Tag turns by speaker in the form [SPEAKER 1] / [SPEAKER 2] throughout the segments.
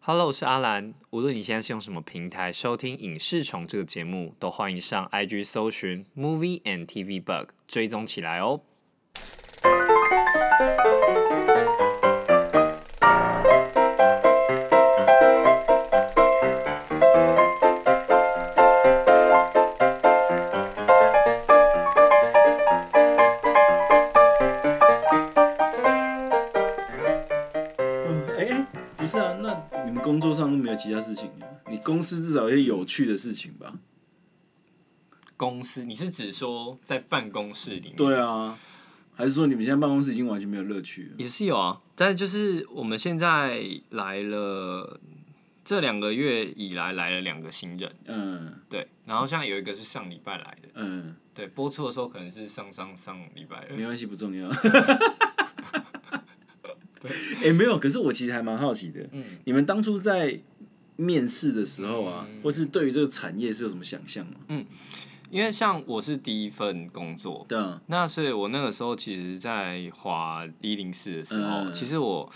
[SPEAKER 1] Hello，我是阿兰。无论你现在是用什么平台收听《影视虫》这个节目，都欢迎上 IG 搜寻 Movie and TV Bug 追踪起来哦。
[SPEAKER 2] 嗯，哎、哎，不是啊，那你们工作上都没有其他事情啊？你公司至少有些有趣的事情吧？
[SPEAKER 1] 公司，你是指说在办公室里面？，
[SPEAKER 2] 对啊，还是说你们现在办公室已经完全没有乐趣了？
[SPEAKER 1] 也是有啊。但就是我们现在来了这两个月以来来了两个新人，
[SPEAKER 2] 嗯
[SPEAKER 1] 对。然后像有一个是上礼拜来的，
[SPEAKER 2] 嗯，
[SPEAKER 1] 对，播出的时候可能是上上上礼拜了。
[SPEAKER 2] 没关系，不 重要。 哎、没有，可是我其实还蛮好奇的，
[SPEAKER 1] 嗯
[SPEAKER 2] 你们当初在面试的时候啊，
[SPEAKER 1] 嗯
[SPEAKER 2] 或是对于这个产业是有什么想象吗？
[SPEAKER 1] 因为像我是第一份工作，
[SPEAKER 2] 对啊，
[SPEAKER 1] 那是我那个时候，其实，在华一零四的时候，
[SPEAKER 2] 嗯
[SPEAKER 1] 其实我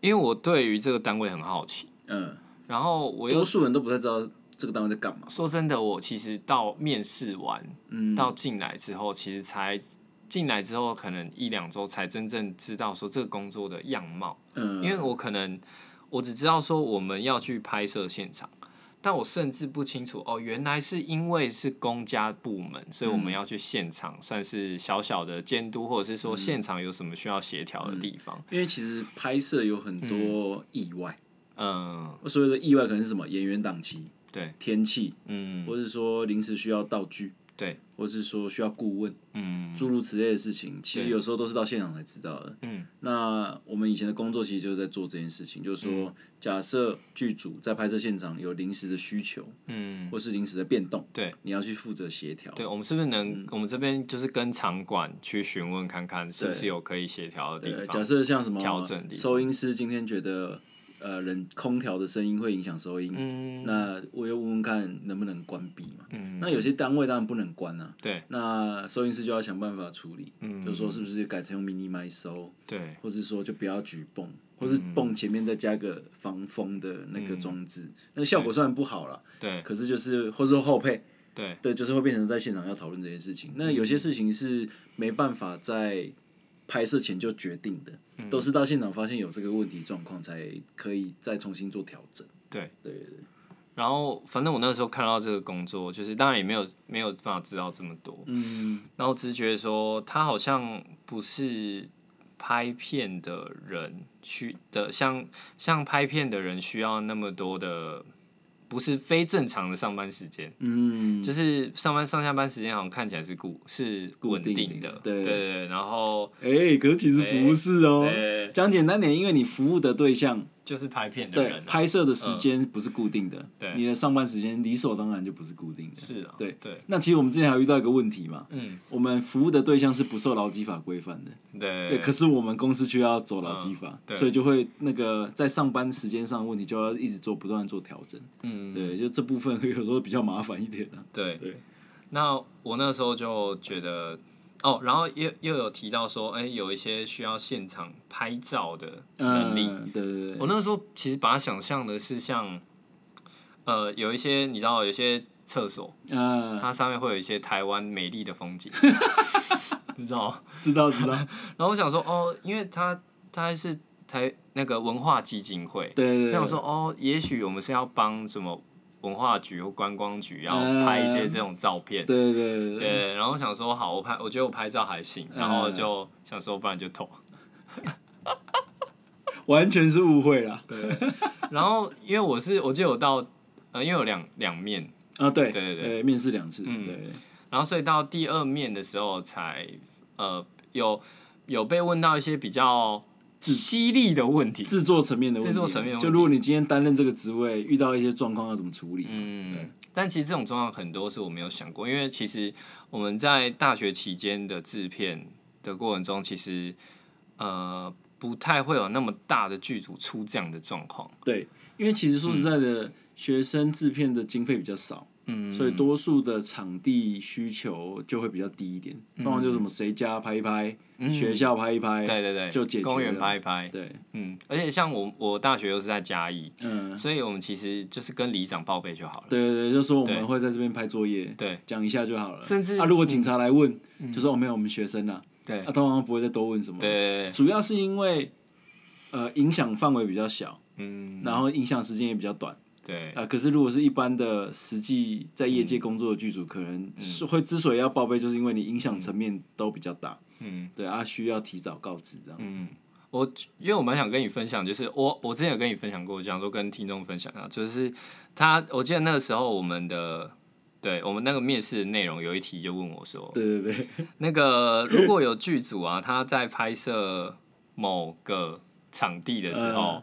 [SPEAKER 1] 因为我对于这个单位很好奇，
[SPEAKER 2] 嗯，
[SPEAKER 1] 然后我
[SPEAKER 2] 多
[SPEAKER 1] 又
[SPEAKER 2] 数人都不太知道这个单位在干嘛。
[SPEAKER 1] 说真的，我其实到面试完
[SPEAKER 2] 嗯，
[SPEAKER 1] 到进来之后，其实才进来之后，可能一两周才真正知道说这个工作的样貌，
[SPEAKER 2] 嗯，
[SPEAKER 1] 因为我可能我只知道说我们要去拍摄现场。但我甚至不清楚哦，原来是因为是公家部门，所以我们要去现场，算是小小的监督，或者是说现场有什么需要协调的地方。
[SPEAKER 2] 因为其实拍摄有很多意外，
[SPEAKER 1] 嗯，
[SPEAKER 2] 所谓的意外可能是什么？演员档期、
[SPEAKER 1] 对，
[SPEAKER 2] 天气，
[SPEAKER 1] 嗯，
[SPEAKER 2] 或是说临时需要道具，
[SPEAKER 1] 对，
[SPEAKER 2] 或是说需要顾问，
[SPEAKER 1] 嗯，
[SPEAKER 2] 诸如此类的事情，其实有时候都是到现场才知道的。
[SPEAKER 1] 嗯，
[SPEAKER 2] 那我们以前的工作其实就是在做这件事情，就是
[SPEAKER 1] 嗯
[SPEAKER 2] 说，假设剧组在拍摄现场有临时的需求，
[SPEAKER 1] 嗯，
[SPEAKER 2] 或是临时的变动，
[SPEAKER 1] 对，
[SPEAKER 2] 你要去负责协调。
[SPEAKER 1] 对，我们是不是能，我们这边就是跟场馆去询问看看，是不是有可以协调的
[SPEAKER 2] 呃
[SPEAKER 1] 地
[SPEAKER 2] 假
[SPEAKER 1] 方？
[SPEAKER 2] 设像什么
[SPEAKER 1] 调整的地方
[SPEAKER 2] 收音师今天觉得，呃，人空调的声音会影响收音，
[SPEAKER 1] 嗯，
[SPEAKER 2] 那我又问问看能不能关闭嘛。那有些单位当然不能关啊。
[SPEAKER 1] 对。
[SPEAKER 2] 那收音师就要想办法处理，
[SPEAKER 1] 嗯
[SPEAKER 2] 就说是不是改成用 mini 麦收，
[SPEAKER 1] 对，
[SPEAKER 2] 或是说就不要举泵，或
[SPEAKER 1] 嗯
[SPEAKER 2] 是泵前面再加个防风的那个装置，那个效果虽然不好啦，
[SPEAKER 1] 对，
[SPEAKER 2] 可是就是或是说后配，
[SPEAKER 1] 对，嗯
[SPEAKER 2] 对，就是会变成在现场要讨论这些事情。那有些事情是没办法在拍摄前就决定的，
[SPEAKER 1] 嗯
[SPEAKER 2] 都是到现场发现有这个问题状况才可以再重新做调整。
[SPEAKER 1] 对，
[SPEAKER 2] 对对对，
[SPEAKER 1] 然后反正我那时候看到这个工作，就是当然也没有没有办法知道这么多，
[SPEAKER 2] 嗯，
[SPEAKER 1] 然后只是觉得说他好像不是拍片的人需的，像像拍片的人需要那么多的，不是非正常的上班时间。
[SPEAKER 2] 嗯，
[SPEAKER 1] 就是上班上下班时间好像看起来是固是稳定的，
[SPEAKER 2] 固定的对
[SPEAKER 1] 对对，然后
[SPEAKER 2] 哎、可是其实不是哦、
[SPEAKER 1] 哎对
[SPEAKER 2] 讲简单点，因为你服务的对象，
[SPEAKER 1] 就是拍片的
[SPEAKER 2] 对
[SPEAKER 1] 人啊、嗯
[SPEAKER 2] 拍摄的时间不是固定的，
[SPEAKER 1] 对
[SPEAKER 2] 你的上班时间理所当然就不是固定的。
[SPEAKER 1] 是啊，
[SPEAKER 2] 对
[SPEAKER 1] 对，
[SPEAKER 2] 那其实我们之前还有遇到一个问题嘛，
[SPEAKER 1] 嗯，
[SPEAKER 2] 我们服务的对象是不受劳基法规范的，对，
[SPEAKER 1] 对，嗯
[SPEAKER 2] 可是我们公司却要走劳基法，
[SPEAKER 1] 对
[SPEAKER 2] 所以就会那个在上班时间上的问题就要一直做，不断地做调整。
[SPEAKER 1] 嗯，
[SPEAKER 2] 对，就这部分 有时候比较麻烦一点啊。
[SPEAKER 1] 对
[SPEAKER 2] 对
[SPEAKER 1] 那我那时候就觉得，哦，然后又又有提到说，哎、有一些需要现场拍照的能力。
[SPEAKER 2] 嗯，对对对，
[SPEAKER 1] 我那时候其实把它想象的是像，呃，有一些你知道，有一些厕所，
[SPEAKER 2] 嗯、
[SPEAKER 1] 它上面会有一些台湾美丽的风 景，你知道吗？
[SPEAKER 2] 知道知 道，
[SPEAKER 1] 然后我想说，哦，因为它它是台那个文化基金会，
[SPEAKER 2] 对对对，
[SPEAKER 1] 我想说，哦，也许我们是要帮什么文化局或观光局要拍一些这种照片。
[SPEAKER 2] 对对嗯对对嗯对，
[SPEAKER 1] 对，然后想说好，我拍，我觉得我拍照还行，然后就想说，不然就投。
[SPEAKER 2] 完全是误会啦。
[SPEAKER 1] 对，然后因为我是，我记得我到，呃，因为有两两面，
[SPEAKER 2] 啊，对
[SPEAKER 1] 对对
[SPEAKER 2] 呃面试两次，
[SPEAKER 1] 嗯
[SPEAKER 2] 对，
[SPEAKER 1] 然后所以到第二面的时候才，呃，有有被问到一些比较犀利的问题。
[SPEAKER 2] 制作层面的问题，
[SPEAKER 1] 制作层面的问题
[SPEAKER 2] 就如果你今天担任这个职位，遇到一些状况要怎么处理？
[SPEAKER 1] 嗯，但其实这种状况很多是我没有想过，因为其实我们在大学期间的制片的过程中，其实呃不太会有那么大的剧组出这样的状况。
[SPEAKER 2] 对，因为其实说实在的，学生制片的经费比较少，
[SPEAKER 1] 嗯，
[SPEAKER 2] 所以多数的场地需求就会比较低一点。通常就是什么谁家拍一拍，学校拍一拍，
[SPEAKER 1] 嗯对对对，
[SPEAKER 2] 就解决
[SPEAKER 1] 公园
[SPEAKER 2] 了
[SPEAKER 1] 拍一拍，
[SPEAKER 2] 对，
[SPEAKER 1] 嗯，而且像我我大学又是在嘉义，
[SPEAKER 2] 嗯，
[SPEAKER 1] 所以我们其实就是跟里长报备就好了。
[SPEAKER 2] 对对对，就说我
[SPEAKER 1] 对
[SPEAKER 2] 们会在这边拍作业，
[SPEAKER 1] 对，
[SPEAKER 2] 讲一下就好了。
[SPEAKER 1] 甚至嗯
[SPEAKER 2] 啊，如果警察来问，就说我没有，我们学生啊，
[SPEAKER 1] 对
[SPEAKER 2] 啊，通常不会再多问什么。
[SPEAKER 1] 对对对，
[SPEAKER 2] 主要是因为呃影响范围比较小，
[SPEAKER 1] 嗯，
[SPEAKER 2] 然后影响时间也比较短
[SPEAKER 1] 对，嗯
[SPEAKER 2] 啊。可是如果是一般的实际在业界工作的剧组，可能是会之所以要报备，就是因为你影响层面都比较大，
[SPEAKER 1] 嗯
[SPEAKER 2] 对啊，需要提早告知这样。
[SPEAKER 1] 嗯，我因为我蛮想跟你分享，就是我我之前有跟你分享过，想说跟听众分享啊，就是他，我记得那个时候我们的。对我们那个面试的内容，有一题就问我说，
[SPEAKER 2] 对 对对，
[SPEAKER 1] 那个如果有剧组啊，他在拍摄某个场地的时
[SPEAKER 2] 嗯
[SPEAKER 1] 候，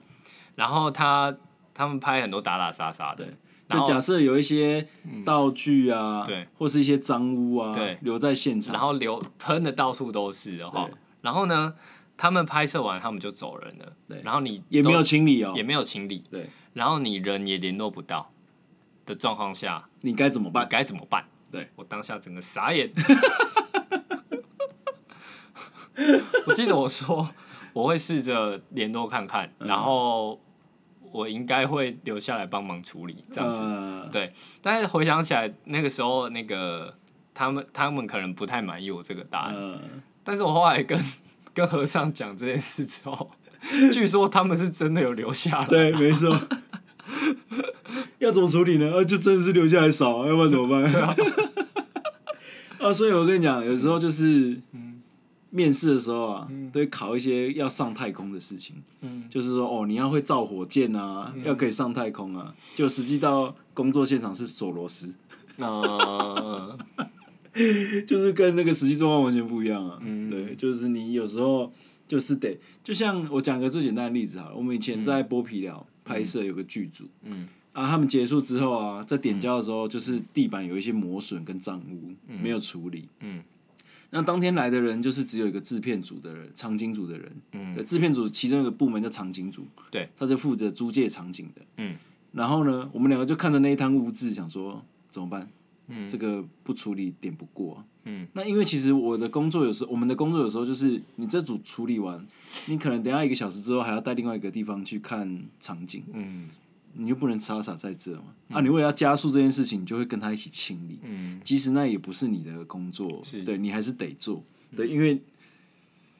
[SPEAKER 1] 然后他他们拍很多打打杀杀的，然
[SPEAKER 2] 就
[SPEAKER 1] 后嗯
[SPEAKER 2] 假设有一些道具啊，
[SPEAKER 1] 对，
[SPEAKER 2] 或是一些脏污啊，
[SPEAKER 1] 对
[SPEAKER 2] 留在现场，
[SPEAKER 1] 然后流喷的到处都是的话
[SPEAKER 2] 对，
[SPEAKER 1] 然后呢，他们拍摄完他们就走人了，
[SPEAKER 2] 对
[SPEAKER 1] 然后你
[SPEAKER 2] 也没有
[SPEAKER 1] 都
[SPEAKER 2] 清理哦
[SPEAKER 1] 也，没有清理，
[SPEAKER 2] 对，
[SPEAKER 1] 然后你人也联络不到的状况下，
[SPEAKER 2] 你该怎么
[SPEAKER 1] 我
[SPEAKER 2] 办？
[SPEAKER 1] 该怎么办？
[SPEAKER 2] 对
[SPEAKER 1] 我当下整个傻 眼。我记得我说我会试着联络看看，
[SPEAKER 2] 嗯
[SPEAKER 1] 然后我应该会留下来帮忙处理这样子。
[SPEAKER 2] 呃
[SPEAKER 1] 对，但是回想起来，那个时候那个他们他们可能不太满意我这个答案，
[SPEAKER 2] 呃，
[SPEAKER 1] 但是我后来跟 跟和尚讲这件事之后，据说他们是真的有留下来。
[SPEAKER 2] 对，没错。要怎么处理呢？呃、就真的是留下来扫啊，要不然怎么办？ 啊，所以我跟你讲，有时候就是，面试的时候啊，都会考一些要上太空的事情，
[SPEAKER 1] 嗯
[SPEAKER 2] 就是说哦，你要会造火箭啊，要可以上太空啊，就实际到工作现场是锁螺丝，
[SPEAKER 1] 呃，
[SPEAKER 2] 就是跟那个实际状况完全不一样啊。
[SPEAKER 1] 嗯
[SPEAKER 2] 对，就是你有时候就是得，就像我讲个最简单的例子好了，我们以前在剥皮寮拍摄有个剧组，
[SPEAKER 1] 嗯
[SPEAKER 2] 啊，他们结束之后啊，在点胶的时候，就是地板有一些磨损跟脏污、没有处理。
[SPEAKER 1] 嗯
[SPEAKER 2] 那当天来的人就是只有一个制片组的人，场景组的人。
[SPEAKER 1] 嗯
[SPEAKER 2] 对，制片组其中一个部门叫场景组，
[SPEAKER 1] 对，
[SPEAKER 2] 他就负责租借场景的。
[SPEAKER 1] 嗯，
[SPEAKER 2] 然后呢，我们两个就看着那一滩污渍，想说怎么办？
[SPEAKER 1] 嗯
[SPEAKER 2] 这个不处理点不过、啊。
[SPEAKER 1] 嗯，
[SPEAKER 2] 那因为其实我的工作有时，我们的工作有时候就是你这组处理完，你可能等一下一个小时之后还要带另外一个地方去看场景。
[SPEAKER 1] 嗯
[SPEAKER 2] 你就不能傻傻在这嘛？啊，你为了要加速这件事情，你就会跟他一起清理，
[SPEAKER 1] 嗯，
[SPEAKER 2] 即使那也不是你的工作
[SPEAKER 1] 是，嗯
[SPEAKER 2] 对你还是得做，对，因为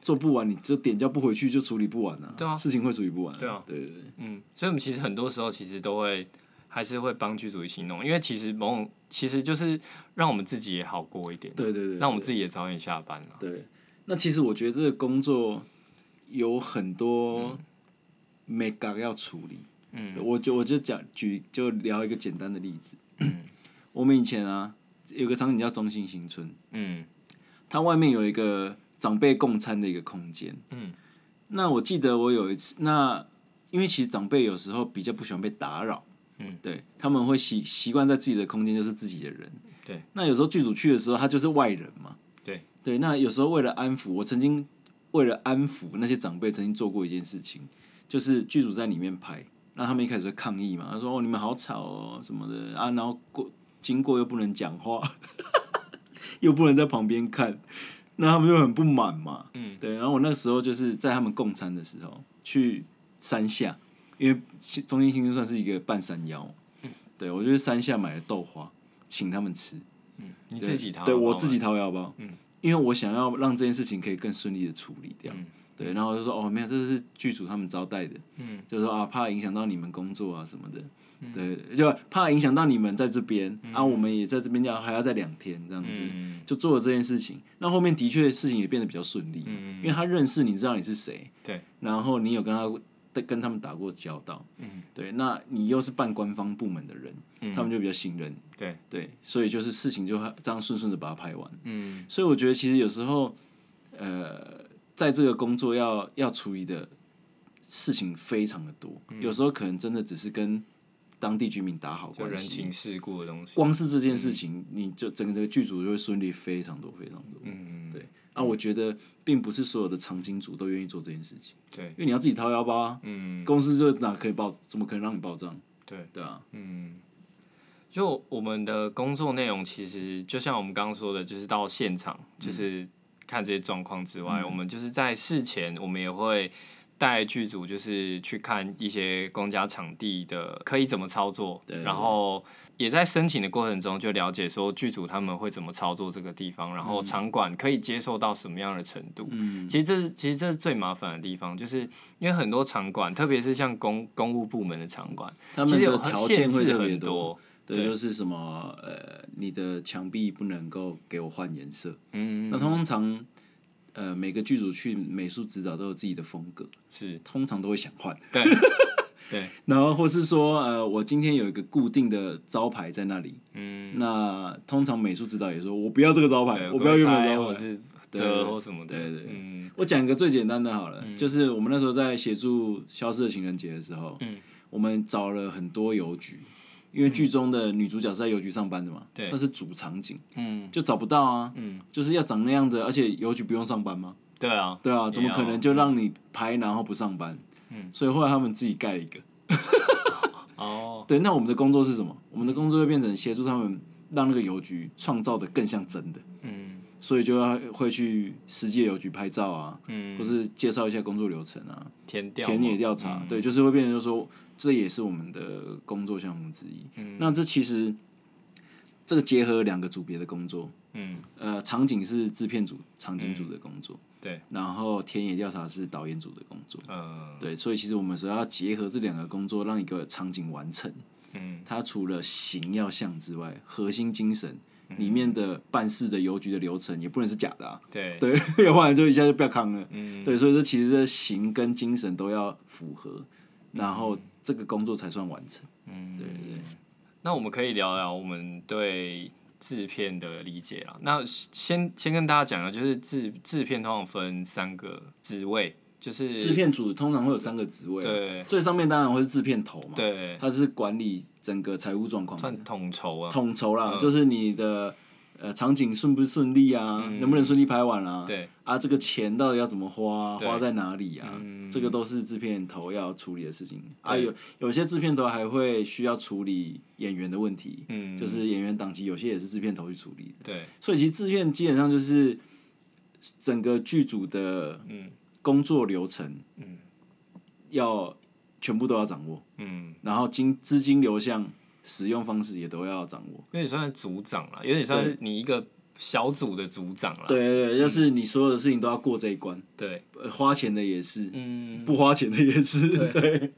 [SPEAKER 2] 做不完，你这点叫不回去就处理不完啊，
[SPEAKER 1] 对啊
[SPEAKER 2] 事情会处理不完、
[SPEAKER 1] 对啊
[SPEAKER 2] 对对对，
[SPEAKER 1] 嗯，所以我们其实很多时候其实都会还是会帮剧组一起弄，因为其实某种其实就是让我们自己也好过一点，
[SPEAKER 2] 对对对，
[SPEAKER 1] 让我们自己也早点下班了。
[SPEAKER 2] 对。那其实我觉得这个工作有很多 m e 要处理，
[SPEAKER 1] 嗯
[SPEAKER 2] 对我就我就讲举就聊一个简单的例子，
[SPEAKER 1] 嗯
[SPEAKER 2] 我们以前啊有个场景叫中信新村。
[SPEAKER 1] 嗯
[SPEAKER 2] 它外面有一个长辈共餐的一个空间。
[SPEAKER 1] 嗯，
[SPEAKER 2] 那我记得我有一次，那因为其实长辈有时候比较不喜欢被打扰，
[SPEAKER 1] 嗯，
[SPEAKER 2] 对，他们会习习惯在自己的空间就是自己的人。
[SPEAKER 1] 对，
[SPEAKER 2] 那有时候剧组去的时候，他就是外人嘛。
[SPEAKER 1] 对
[SPEAKER 2] 对，那有时候为了安抚，我曾经为了安抚那些长辈，曾经做过一件事情，就是剧组在里面拍，那他们一开始会抗议嘛，他说：“哦，你们好吵哦，什么的啊。”然后过经过又不能讲话， 又不能在旁边看，那他们就很不满嘛。
[SPEAKER 1] 嗯，
[SPEAKER 2] 对。然后我那个时候就是在他们共餐的时候去山下，因为其中心新村算是一个半山腰，对我就去山下买了豆花，请他们吃。
[SPEAKER 1] 嗯，你自己掏，
[SPEAKER 2] 对
[SPEAKER 1] 好不好
[SPEAKER 2] 我自己掏腰包，嗯，因为我想要让这件事情可以更顺利的处理掉，
[SPEAKER 1] 嗯
[SPEAKER 2] 对，然后我就说哦，没有，这是剧组他们招待的，
[SPEAKER 1] 嗯，
[SPEAKER 2] 就说啊，怕影响到你们工作啊什么的，对，就怕影响到你们在这边，啊，我们也在这边要还要再两天这样子，
[SPEAKER 1] 嗯
[SPEAKER 2] 就做了这件事情，那后面的确事情也变得比较顺利，
[SPEAKER 1] 嗯
[SPEAKER 2] 因为他认识你，知道你是谁，
[SPEAKER 1] 对，
[SPEAKER 2] 然后你有跟他跟他们打过交道，
[SPEAKER 1] 嗯，
[SPEAKER 2] 对，那你又是办官方部门的人，
[SPEAKER 1] 嗯
[SPEAKER 2] 他们就比较信任，
[SPEAKER 1] 对，
[SPEAKER 2] 对，所以就是事情就这样顺顺的把它拍完。
[SPEAKER 1] 嗯
[SPEAKER 2] 所以我觉得其实有时候，呃，在这个工作要要处理的事情非常的多，
[SPEAKER 1] 嗯
[SPEAKER 2] 有时候可能真的只是跟当地居民打好
[SPEAKER 1] 就
[SPEAKER 2] 关
[SPEAKER 1] 人
[SPEAKER 2] 系
[SPEAKER 1] 情，世故的东西，
[SPEAKER 2] 光是这件事情，你就整个剧组就会顺利非常多非常多。
[SPEAKER 1] 嗯
[SPEAKER 2] 对啊，我觉得并不是所有的场景组都愿意做这件事情，
[SPEAKER 1] 对
[SPEAKER 2] 因为你要自己掏腰包啊，
[SPEAKER 1] 嗯
[SPEAKER 2] 公司就哪可以报，怎么可能让你报账？
[SPEAKER 1] 对
[SPEAKER 2] 对啊，
[SPEAKER 1] 嗯，就我们的工作内容，其实就像我们刚刚说的，就是到现场，
[SPEAKER 2] 嗯
[SPEAKER 1] 就是看这些状况之外，我们就是在事前，我们也会带剧组，就是去看一些公家场地的可以怎么操作
[SPEAKER 2] 对，
[SPEAKER 1] 然后也在申请的过程中就了解说剧组他们会怎么操作这个地方，然后场馆可以接受到什么样的程度。
[SPEAKER 2] 嗯，
[SPEAKER 1] 其实这是其实这是最麻烦的地方，就是因为很多场馆，特别是像公公务部门的场馆，
[SPEAKER 2] 他
[SPEAKER 1] 其
[SPEAKER 2] 们
[SPEAKER 1] 实有
[SPEAKER 2] 的条
[SPEAKER 1] 限
[SPEAKER 2] 件会
[SPEAKER 1] 制
[SPEAKER 2] 特别
[SPEAKER 1] 很多，
[SPEAKER 2] 对，
[SPEAKER 1] 对
[SPEAKER 2] 就是什么呃，你的墙壁不能够给我换颜色。
[SPEAKER 1] 嗯，
[SPEAKER 2] 那通常呃，每个剧组去美术指导都有自己的风格，
[SPEAKER 1] 是
[SPEAKER 2] 通常都会想换。
[SPEAKER 1] 对对，
[SPEAKER 2] 然后或是说呃，我今天有一个固定的招牌在那里，
[SPEAKER 1] 嗯，
[SPEAKER 2] 那通常美术指导也说我不要这个招牌，
[SPEAKER 1] 对
[SPEAKER 2] 我不要原本
[SPEAKER 1] 摘
[SPEAKER 2] 的招
[SPEAKER 1] 或
[SPEAKER 2] 牌。
[SPEAKER 1] 是
[SPEAKER 2] 对
[SPEAKER 1] 折或什么的，
[SPEAKER 2] 对对对
[SPEAKER 1] 嗯
[SPEAKER 2] 我讲一个最简单的好了，就是我们那时候在协助《消失的情人节》的时候，
[SPEAKER 1] 嗯
[SPEAKER 2] 我们找了很多邮局，因为剧中的女主角是在邮局上班的嘛，
[SPEAKER 1] 对
[SPEAKER 2] 算是主场景，
[SPEAKER 1] 嗯
[SPEAKER 2] 就找不到啊，
[SPEAKER 1] 嗯，
[SPEAKER 2] 就是要长那样的，而且邮局不用上班吗？
[SPEAKER 1] 对啊，
[SPEAKER 2] 对啊，怎么可能就让你拍然后不上班？嗯，所以后来他们自己盖了一个。
[SPEAKER 1] 哦，
[SPEAKER 2] 对，那我们的工作是什么？我们的工作就变成协助他们让那个邮局创造的更像真的，
[SPEAKER 1] 嗯
[SPEAKER 2] 所以就要会去实际的邮局拍照啊，
[SPEAKER 1] 嗯，
[SPEAKER 2] 或是介绍一下工作流程啊，
[SPEAKER 1] 填掉
[SPEAKER 2] 田野
[SPEAKER 1] 嘛
[SPEAKER 2] 调查，
[SPEAKER 1] 嗯
[SPEAKER 2] 对，就是会变成就是说，这也是我们的工作项目之一。
[SPEAKER 1] 嗯
[SPEAKER 2] 那这其实这个结合两个组别的工作，
[SPEAKER 1] 嗯，
[SPEAKER 2] 呃，场景是制片组、场景组的工作，
[SPEAKER 1] 对，
[SPEAKER 2] 然后田野调查是导演组的工作，
[SPEAKER 1] 呃，
[SPEAKER 2] 对，所以其实我们是要结合这两个工作，让一个场景完成。
[SPEAKER 1] 嗯，
[SPEAKER 2] 它除了形要像之外，核心精神
[SPEAKER 1] 嗯
[SPEAKER 2] 里面的办事的邮局的流程也不能是假的啊，
[SPEAKER 1] 对，
[SPEAKER 2] 对， 要不然就一下就不要扛了。
[SPEAKER 1] 嗯
[SPEAKER 2] 对，所以说其实这形跟精神都要符合，然后这个工作才算完成。
[SPEAKER 1] 嗯，
[SPEAKER 2] 对对对。
[SPEAKER 1] 那我们可以聊聊我们对制片的理解啦。那先先跟大家讲啊，就是制制片通常分三个职位，就是
[SPEAKER 2] 制片组通常会有三个职位啊，
[SPEAKER 1] 对
[SPEAKER 2] 最上面当然会是制片头嘛，
[SPEAKER 1] 对
[SPEAKER 2] 它是管理整个财务状况的，
[SPEAKER 1] 算统筹啊，
[SPEAKER 2] 统筹啦，就是你的呃场景顺不顺利啊，能不能顺利拍完啊，
[SPEAKER 1] 嗯对
[SPEAKER 2] 啊这个钱到底要怎么花啊，
[SPEAKER 1] 对
[SPEAKER 2] 花在哪里啊，
[SPEAKER 1] 嗯
[SPEAKER 2] 这个都是制片头要处理的事情。啊，
[SPEAKER 1] 对
[SPEAKER 2] 有有些制片头还会需要处理演员的问题，
[SPEAKER 1] 嗯
[SPEAKER 2] 就是演员档期有些也是制片头去处理的。
[SPEAKER 1] 对
[SPEAKER 2] 所以其实制片基本上就是整个剧组的
[SPEAKER 1] 嗯
[SPEAKER 2] 工作流程，嗯，要全部都要掌握，
[SPEAKER 1] 嗯，
[SPEAKER 2] 然后金资金流向、使用方式也都要掌握。
[SPEAKER 1] 有点算是组长啦，有点像是你一个小组的组长啦，
[SPEAKER 2] 对对对，就是你所有的事情都要过这一关，
[SPEAKER 1] 对，
[SPEAKER 2] 呃花钱的也是，
[SPEAKER 1] 嗯。
[SPEAKER 2] 不花钱的也是，
[SPEAKER 1] 对
[SPEAKER 2] 对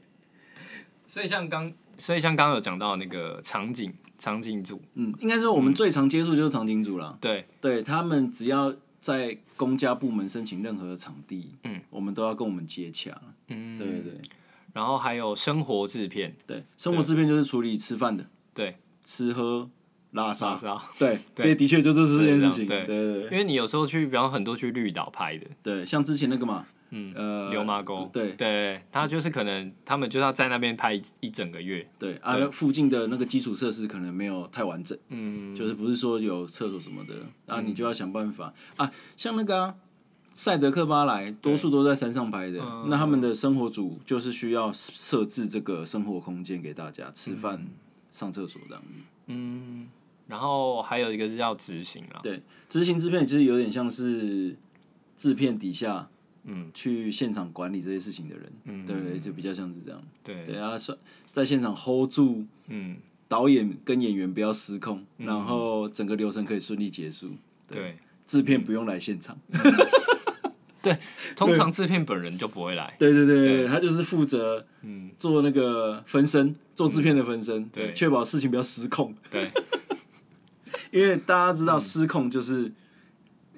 [SPEAKER 1] 所以像刚，所以像刚刚有讲到那个场景场景组，
[SPEAKER 2] 嗯，应该说我们最常接触就是场景组啦，
[SPEAKER 1] 对，
[SPEAKER 2] 对他们只要在公家部门申请任何的场地，
[SPEAKER 1] 嗯，
[SPEAKER 2] 我们都要跟我们接洽，
[SPEAKER 1] 嗯，
[SPEAKER 2] 对对对。
[SPEAKER 1] 然后还有生活制片，
[SPEAKER 2] 对，生活制片就是处理吃饭的，
[SPEAKER 1] 对，
[SPEAKER 2] 吃喝拉
[SPEAKER 1] 是
[SPEAKER 2] 撒，
[SPEAKER 1] 啊，
[SPEAKER 2] 对，
[SPEAKER 1] 对
[SPEAKER 2] 对，的确就这四件事情，
[SPEAKER 1] 对
[SPEAKER 2] 对
[SPEAKER 1] 这
[SPEAKER 2] 对对
[SPEAKER 1] 因为你有时候去，比方很多去绿岛拍的，
[SPEAKER 2] 对，像之前那个嘛，嗯，呃，
[SPEAKER 1] 流麻沟，
[SPEAKER 2] 对
[SPEAKER 1] 对，他就是可能他们就是要在那边拍一一整个月，
[SPEAKER 2] 对啊，附近的那个基础设施可能没有太完整，
[SPEAKER 1] 嗯，
[SPEAKER 2] 就是不是说有厕所什么的，啊，你就要想办法啊，像那个啊。赛德克巴莱多数都在山上拍的，那他们的生活组就是需要设置这个生活空间给大家吃饭、上厕所这样子。
[SPEAKER 1] 然后还有一个是要执行啦，
[SPEAKER 2] 对，执行制片其实有点像是制片底下，嗯，去现场管理这些事情的人，嗯，对，就比较像是这样。
[SPEAKER 1] 对，
[SPEAKER 2] 对啊，算在现场 hold 住
[SPEAKER 1] 嗯，
[SPEAKER 2] 导演跟演员不要失控，然后整个流程可以顺利结束，
[SPEAKER 1] 对，
[SPEAKER 2] 制片不用来现场。
[SPEAKER 1] 通常制片本人就不会来，
[SPEAKER 2] 对对对对，他就是负责嗯做那个分身，做制片的分身，
[SPEAKER 1] 对
[SPEAKER 2] 确保事情不要失控，
[SPEAKER 1] 对，
[SPEAKER 2] 因为大家知道失控就是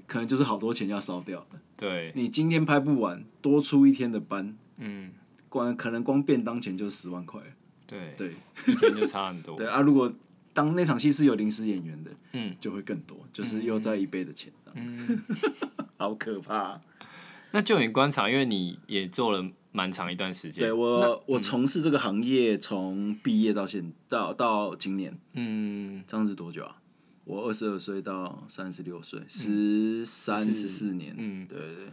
[SPEAKER 2] 可能就是好多钱要烧掉。
[SPEAKER 1] 对，
[SPEAKER 2] 你今天拍不完，多出一天的班，
[SPEAKER 1] 嗯，
[SPEAKER 2] 光可能光便当钱就十万块。
[SPEAKER 1] 对，
[SPEAKER 2] 对
[SPEAKER 1] 一天就差很多，
[SPEAKER 2] 对啊，如果当那场戏是有临时演员的，
[SPEAKER 1] 嗯，
[SPEAKER 2] 就会更多，就是又在一倍的钱，嗯， 好可怕啊、
[SPEAKER 1] 那就你观察，因为你也做了蛮长一段时间，
[SPEAKER 2] 对嗯我，我从事这个行业从毕业到现到到今年，
[SPEAKER 1] 嗯，
[SPEAKER 2] 这样是多久啊？嗯我二十二岁到三十六岁，十三
[SPEAKER 1] 是
[SPEAKER 2] 十四年，
[SPEAKER 1] 嗯
[SPEAKER 2] 对对对，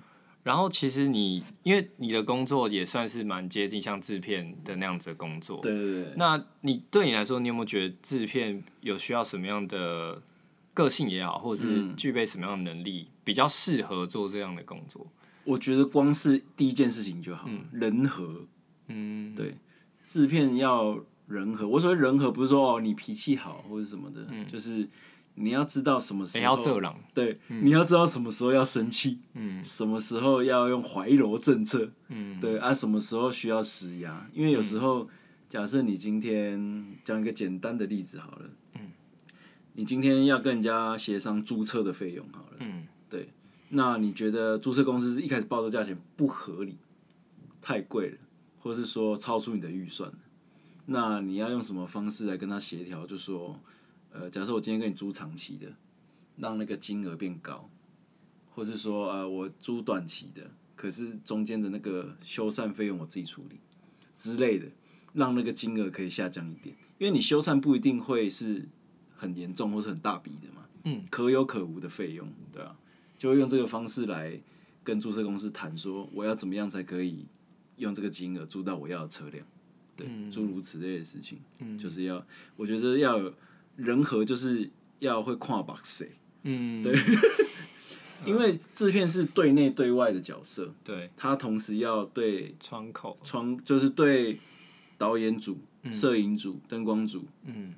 [SPEAKER 1] 然后其实你因为你的工作也算是蛮接近像制片的那样子的工作，
[SPEAKER 2] 对对对，
[SPEAKER 1] 那你对你来说，你有没有觉得制片有需要什么样的个性也好，或者是具备什么样的能力、比较适合做这样的工作？
[SPEAKER 2] 我觉得光是第一件事情就好，人和，
[SPEAKER 1] 嗯，
[SPEAKER 2] 对，制片要人和。我所谓人和，不是说哦你脾气好或者什么的，就是嗯你要知道什么时
[SPEAKER 1] 谁要
[SPEAKER 2] 候
[SPEAKER 1] 这狼？
[SPEAKER 2] 对，你要知道什么时候要生气，
[SPEAKER 1] 嗯，
[SPEAKER 2] 什么时候要用怀柔政策，
[SPEAKER 1] 嗯，
[SPEAKER 2] 对啊，什么时候需要施压？因为有时候，假设你今天讲一个简单的例子好了，嗯，你今天要跟人家协商租车的费用好了，
[SPEAKER 1] 嗯，
[SPEAKER 2] 对，那你觉得租车公司一开始报的价钱不合理，太贵了，或是说超出你的预算了，那你要用什么方式来跟他协调？就说，呃，假设我今天跟你租长期的，让那个金额变高，或是说呃我租短期的，可是中间的那个修缮费用我自己处理之类的，让那个金额可以下降一点，因为你修缮不一定会是很严重或是很大笔的嘛，
[SPEAKER 1] 嗯，
[SPEAKER 2] 可有可无的费用，对啊，就会用这个方式来跟注册公司谈说我要怎么样才可以用这个金额租到我要的车辆。对，诸如此类的事情，就是要，我觉得要有人和，就是要会跨 box 欸谁，
[SPEAKER 1] 嗯，
[SPEAKER 2] 因为制片是对内对外的角色，
[SPEAKER 1] 对，
[SPEAKER 2] 他同时要对
[SPEAKER 1] 窗口，
[SPEAKER 2] 窗，就是对导演组、摄影组、灯光组、
[SPEAKER 1] 嗯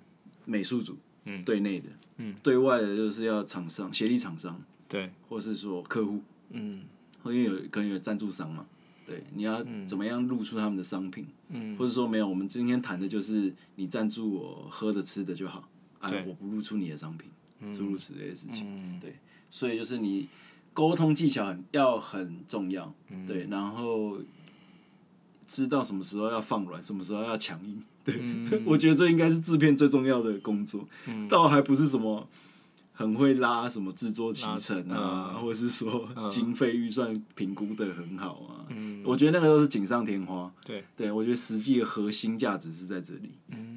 [SPEAKER 2] 美术组，
[SPEAKER 1] 嗯
[SPEAKER 2] 对内的，
[SPEAKER 1] 嗯，
[SPEAKER 2] 对外的就是要厂商、协力厂商，
[SPEAKER 1] 对，
[SPEAKER 2] 或是说客户，
[SPEAKER 1] 嗯
[SPEAKER 2] 或因为有可能有赞助商嘛，对，你要怎么样露出他们的商品，
[SPEAKER 1] 嗯，
[SPEAKER 2] 或者说没有，我们今天谈的就是你赞助我喝的吃的就好，啊
[SPEAKER 1] 对，
[SPEAKER 2] 我不露出你的商品，诸如此类的事情，
[SPEAKER 1] 嗯
[SPEAKER 2] 对，所以就是你沟通技巧很要很重要，
[SPEAKER 1] 嗯
[SPEAKER 2] 对，然后知道什么时候要放软，什么时候要强硬，对， 我觉得这应该是制片最重要的工作， 倒还不是什么。很会拉什么制作提成啊，或是说经费预算评估的很好啊，我觉得那个都是锦上添花。
[SPEAKER 1] 对，
[SPEAKER 2] 对我觉得实际的核心价值是在这里，